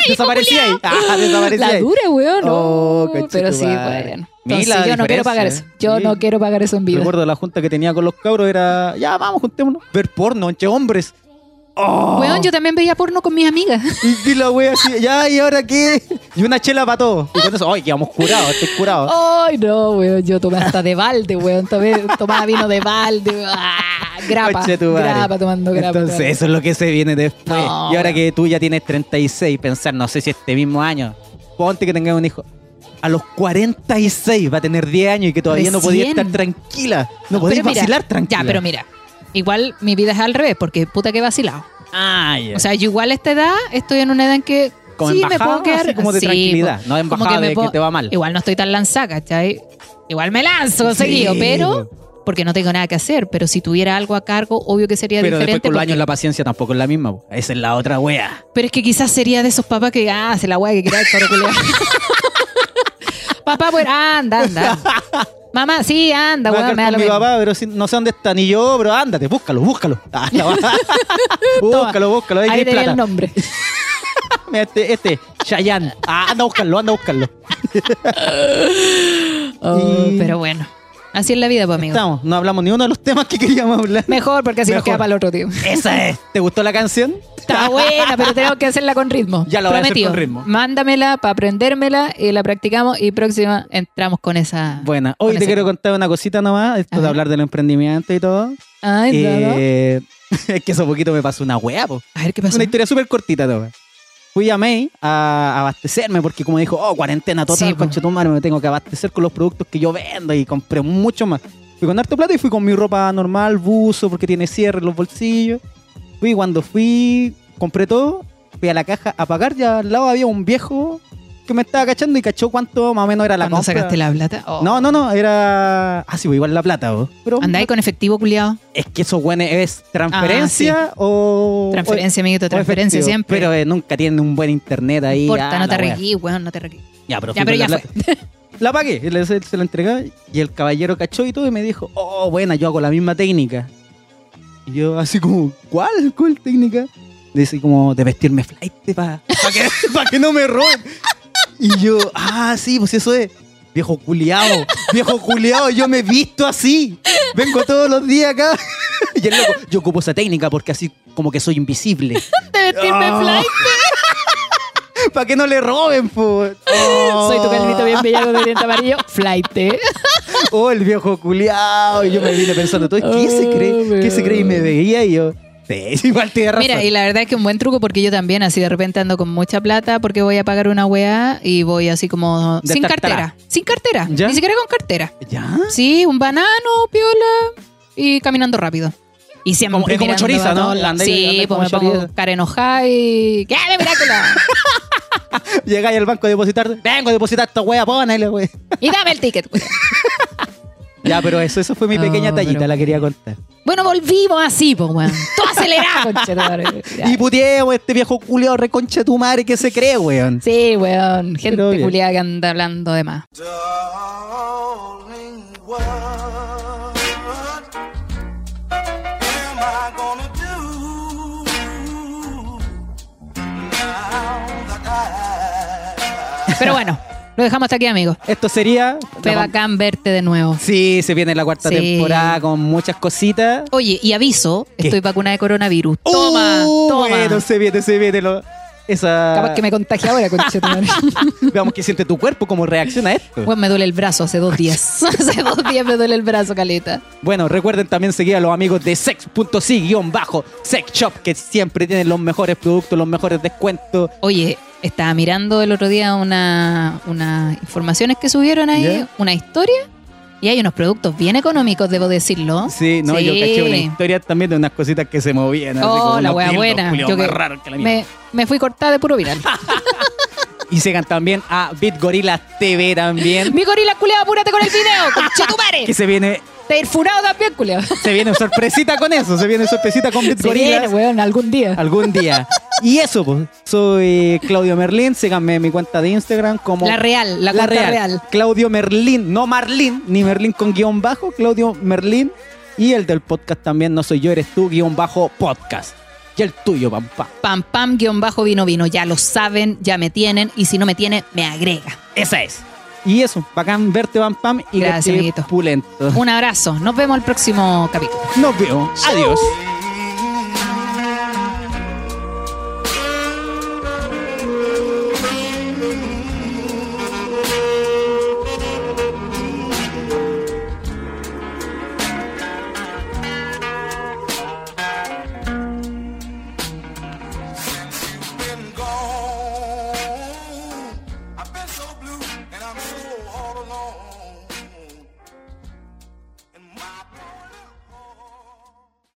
Speaker 4: Desaparecí ahí. Ah, desaparecí
Speaker 5: La
Speaker 4: ahí.
Speaker 5: dura, weón. No.
Speaker 4: Oh, conche
Speaker 5: pero
Speaker 4: tu
Speaker 5: sí,
Speaker 4: madre.
Speaker 5: bueno.
Speaker 4: Mira
Speaker 5: Entonces,
Speaker 4: la
Speaker 5: yo no quiero
Speaker 4: diferencia,
Speaker 5: pagar eso.
Speaker 4: ¿eh?
Speaker 5: Yo
Speaker 4: Sí.
Speaker 5: no quiero pagar eso en vida.
Speaker 4: Recuerdo la junta que tenía con los cabros era, ya vamos, juntémonos. Ver porno entre hombres. Oh.
Speaker 5: Weón, yo también veía porno con mis amigas.
Speaker 4: Y, y la wea así, ya, ¿y ahora qué? Y una chela para todos. Y con eso, ay, quedamos curados, estoy curado.
Speaker 5: Ay, no, weón. Yo tomé hasta de balde, weón. Tomé, tomaba vino de balde. weón. Ah, grapa.
Speaker 4: Conche tu madre.
Speaker 5: Grapa, tomando grapa.
Speaker 4: Entonces,
Speaker 5: tomando.
Speaker 4: eso es lo que se viene después.
Speaker 5: No,
Speaker 4: y ahora
Speaker 5: bueno.
Speaker 4: que tú ya tienes 36, pensar, no sé si este mismo año, ponte que tengas un hijo. A los 46 va a tener 10 años y que todavía no podía
Speaker 5: Recién.
Speaker 4: estar tranquila. No,
Speaker 5: No,
Speaker 4: podía
Speaker 5: pero mira,
Speaker 4: vacilar tranquila.
Speaker 5: Ya, pero mira. Igual mi vida es al revés, porque puta que he vacilado.
Speaker 4: Ah, ya.
Speaker 5: O sea, yo igual a esta edad estoy en una edad en que
Speaker 4: como
Speaker 5: sí me
Speaker 4: embajada,
Speaker 5: puedo quedar.
Speaker 4: así como de
Speaker 5: sí,
Speaker 4: tranquilidad. No
Speaker 5: como
Speaker 4: embajada
Speaker 5: que me
Speaker 4: de
Speaker 5: puedo-
Speaker 4: que te va mal.
Speaker 5: Igual no estoy tan lanzada, ¿cachai? Igual me lanzo
Speaker 4: Sí,
Speaker 5: seguido, pero porque no tengo nada que hacer. Pero si tuviera algo a cargo, obvio que sería
Speaker 4: Pero después
Speaker 5: diferente.
Speaker 4: con los
Speaker 5: porque-
Speaker 4: años la paciencia tampoco es la misma. po. Esa es la otra wea.
Speaker 5: Pero es que quizás sería de esos papás que, ah, se la guay que queráis, toro culiao. Papá, pues, anda, anda. Mamá, sí, anda,
Speaker 4: Voy a
Speaker 5: weón,
Speaker 4: quedar
Speaker 5: me da
Speaker 4: con
Speaker 5: lo
Speaker 4: mi
Speaker 5: mismo.
Speaker 4: papá, pero si- no sé dónde está ni yo, pero ándate, búscalo, búscalo. Ah, la wea. búscalo, búscalo. Ahí,
Speaker 5: Ahí
Speaker 4: hay
Speaker 5: tenía
Speaker 4: plata.
Speaker 5: el nombre.
Speaker 4: Mira, este, este, Chayanne. Ah, anda a buscarlo, anda a buscarlo.
Speaker 5: Oh,
Speaker 4: Y-
Speaker 5: Pero bueno, así es la vida, pues, amigo.
Speaker 4: Estamos, no hablamos ni uno de los temas que queríamos hablar.
Speaker 5: Mejor, porque así nos
Speaker 4: Mejor.
Speaker 5: queda para el otro, tío.
Speaker 4: Esa es. ¿Te gustó la canción?
Speaker 5: Está buena, pero tenemos que hacerla con ritmo.
Speaker 4: Ya la voy a hacer
Speaker 5: Prometido.
Speaker 4: con ritmo.
Speaker 5: Mándamela para aprendérmela y la practicamos y próxima entramos con Ah, esa.
Speaker 4: Buena.
Speaker 5: Con
Speaker 4: Hoy
Speaker 5: ese-
Speaker 4: te quiero contar una cosita nomás, esto
Speaker 5: A
Speaker 4: de
Speaker 5: ver.
Speaker 4: hablar del emprendimiento y todo.
Speaker 5: Ay, no, no.
Speaker 4: Eh, es que hace poquito me pasó una wea, po.
Speaker 5: A ver qué pasó.
Speaker 4: Una historia súper cortita, todo. Fui a May a abastecerme porque como dijo, oh, cuarentena total,
Speaker 5: Sí, po.
Speaker 4: conchetumare, me tengo que abastecer con los productos que yo vendo y compré mucho más. Fui con harto plata y fui con mi ropa normal, buzo, porque tiene cierre en los bolsillos. Fui cuando fui, compré todo, fui a la caja a pagar y al lado había un viejo que me estaba cachando y cachó cuánto más o menos era la
Speaker 5: ¿Cuándo
Speaker 4: compra.
Speaker 5: sacaste la plata? Oh.
Speaker 4: No, no, no, era... Ah, sí, pues, igual la plata, vos. Pero
Speaker 5: Andáis con efectivo, culiado.
Speaker 4: es que eso, bueno, es
Speaker 5: Ah,
Speaker 4: transferencia o... o-
Speaker 5: Transferencia, amiguito,
Speaker 4: Oh, o
Speaker 5: transferencia
Speaker 4: efectivo,
Speaker 5: siempre.
Speaker 4: Pero eh, nunca tienen un buen internet ahí.
Speaker 5: No importa,
Speaker 4: ah,
Speaker 5: no te
Speaker 4: la wea.
Speaker 5: reguí, weón, no te reguí.
Speaker 4: Ya, pero,
Speaker 5: Ya,
Speaker 4: fui
Speaker 5: pero
Speaker 4: con
Speaker 5: ya
Speaker 4: la,
Speaker 5: fue.
Speaker 4: plata. la pagué, y le- se, se la entregué y el caballero cachó y todo y me dijo, oh, buena, yo hago la misma técnica. Y yo así como, ¿cuál? ¿Cuál técnica? Dice como de vestirme flight para que, pa que no me roben. Y yo, ah, sí, pues eso es. Viejo culiao, viejo culiao, yo me visto así. Vengo todos los días acá. Y el loco, yo ocupo esa técnica porque así como que soy invisible.
Speaker 5: De vestirme
Speaker 4: Oh.
Speaker 5: flight.
Speaker 4: Para que no le roben, pues.
Speaker 5: Soy tu calvito bien bellaco de diente amarillo. Flight. eh.
Speaker 4: Oh, el viejo culiao. Y yo me vine pensando, ¿todo ¿qué se cree? ¿Qué se cree? Y me veía y yo, sí, igual tiene razón.
Speaker 5: Mira, y la verdad es que un buen truco porque yo también así de repente ando con mucha plata porque voy a pagar una weá y voy así como
Speaker 4: De
Speaker 5: sin
Speaker 4: tartara.
Speaker 5: cartera. Sin cartera.
Speaker 4: ¿Ya?
Speaker 5: Ni siquiera con cartera.
Speaker 4: ¿Ya?
Speaker 5: Sí, un banano, piola y caminando rápido. Y siempre
Speaker 4: Como- y como
Speaker 5: mirando
Speaker 4: choriza,
Speaker 5: a
Speaker 4: ¿no?
Speaker 5: todos lados.
Speaker 4: Andáis-
Speaker 5: Sí,
Speaker 4: andáis
Speaker 5: pues
Speaker 4: como
Speaker 5: me pongo
Speaker 4: choriza.
Speaker 5: cara enojada y... ¡Qué de mirácula!
Speaker 4: Llegáis al banco a depositar, vengo a depositar esta wea, ponele, wea.
Speaker 5: y dame el ticket.
Speaker 4: Ya, pero eso, eso fue mi pequeña
Speaker 5: No,
Speaker 4: tallita,
Speaker 5: pero-
Speaker 4: la quería contar.
Speaker 5: Bueno, volvimos así, pues, weón. Todo acelerado, conchetumare. Ya.
Speaker 4: Y puteemos este viejo culiao reconcha tu madre, ¿qué se cree, weón?
Speaker 5: Sí, weón.
Speaker 4: Pero
Speaker 5: Gente
Speaker 4: bien.
Speaker 5: culiada que anda hablando de más.
Speaker 3: Darling, what am I gonna do now that I
Speaker 5: Pero bueno, Lo dejamos hasta aquí, amigos.
Speaker 4: Esto sería.
Speaker 5: Fue bacán verte de nuevo.
Speaker 4: Sí, se viene la cuarta
Speaker 5: Sí.
Speaker 4: temporada con muchas cositas.
Speaker 5: Oye, y aviso,
Speaker 4: ¿Qué?
Speaker 5: estoy vacunada de coronavirus. Toma,
Speaker 4: Uh,
Speaker 5: toma.
Speaker 4: Bueno, se viene, se viene. lo- esa.
Speaker 5: Capaz que me contagie ahora, conchetumare.
Speaker 4: Veamos qué siente tu cuerpo, cómo reacciona a esto.
Speaker 5: bueno, me duele el brazo hace dos días. hace dos días me duele el brazo, caleta.
Speaker 4: Bueno, recuerden también seguir a los amigos de sex.si-bajo, sex shop, que siempre tienen los mejores productos, los mejores descuentos.
Speaker 5: Oye, estaba mirando el otro día una, unas informaciones que subieron ahí,
Speaker 4: Ya.
Speaker 5: una historia, y hay unos productos bien económicos, debo decirlo.
Speaker 4: Sí, no, yo
Speaker 5: Sí.
Speaker 4: caché una historia también de unas cositas que se movían. así como
Speaker 5: Oh, la
Speaker 4: unos
Speaker 5: wea
Speaker 4: dildos
Speaker 5: buena.
Speaker 4: culiados
Speaker 5: Yo
Speaker 4: más
Speaker 5: que-
Speaker 4: raros que la mierda.
Speaker 5: me, me fui cortada de puro viral.
Speaker 4: Y sigan también a Bitgorilla TV también,
Speaker 5: Mi gorila culeado, apúrate con el video, conchetumare.
Speaker 4: que se viene,
Speaker 5: Te he furado también, culeado.
Speaker 4: se viene sorpresita con eso, se viene sorpresita con
Speaker 5: Se viene,
Speaker 4: Bitgorilla
Speaker 5: weón, algún día.
Speaker 4: algún día. Y eso, pues, soy Claudio Merlín, síganme en mi cuenta de Instagram como...
Speaker 5: La real, la, cuenta real.
Speaker 4: Claudio Merlín, no Marlín, ni Merlín con guión bajo, Claudio Merlín. Y el del podcast también, no soy yo, eres tú, guión bajo podcast. Y el tuyo, papá.
Speaker 5: Pam pam guión bajo vino vino. Ya lo saben, ya me tienen. Y si no me tiene, me agrega.
Speaker 4: Esa es. Y eso, bacán verte, Pam Pam. Y
Speaker 5: Gracias,
Speaker 4: verte
Speaker 5: amiguito.
Speaker 4: pulento.
Speaker 5: Un abrazo. Nos vemos el próximo capítulo.
Speaker 4: Nos vemos. Adiós.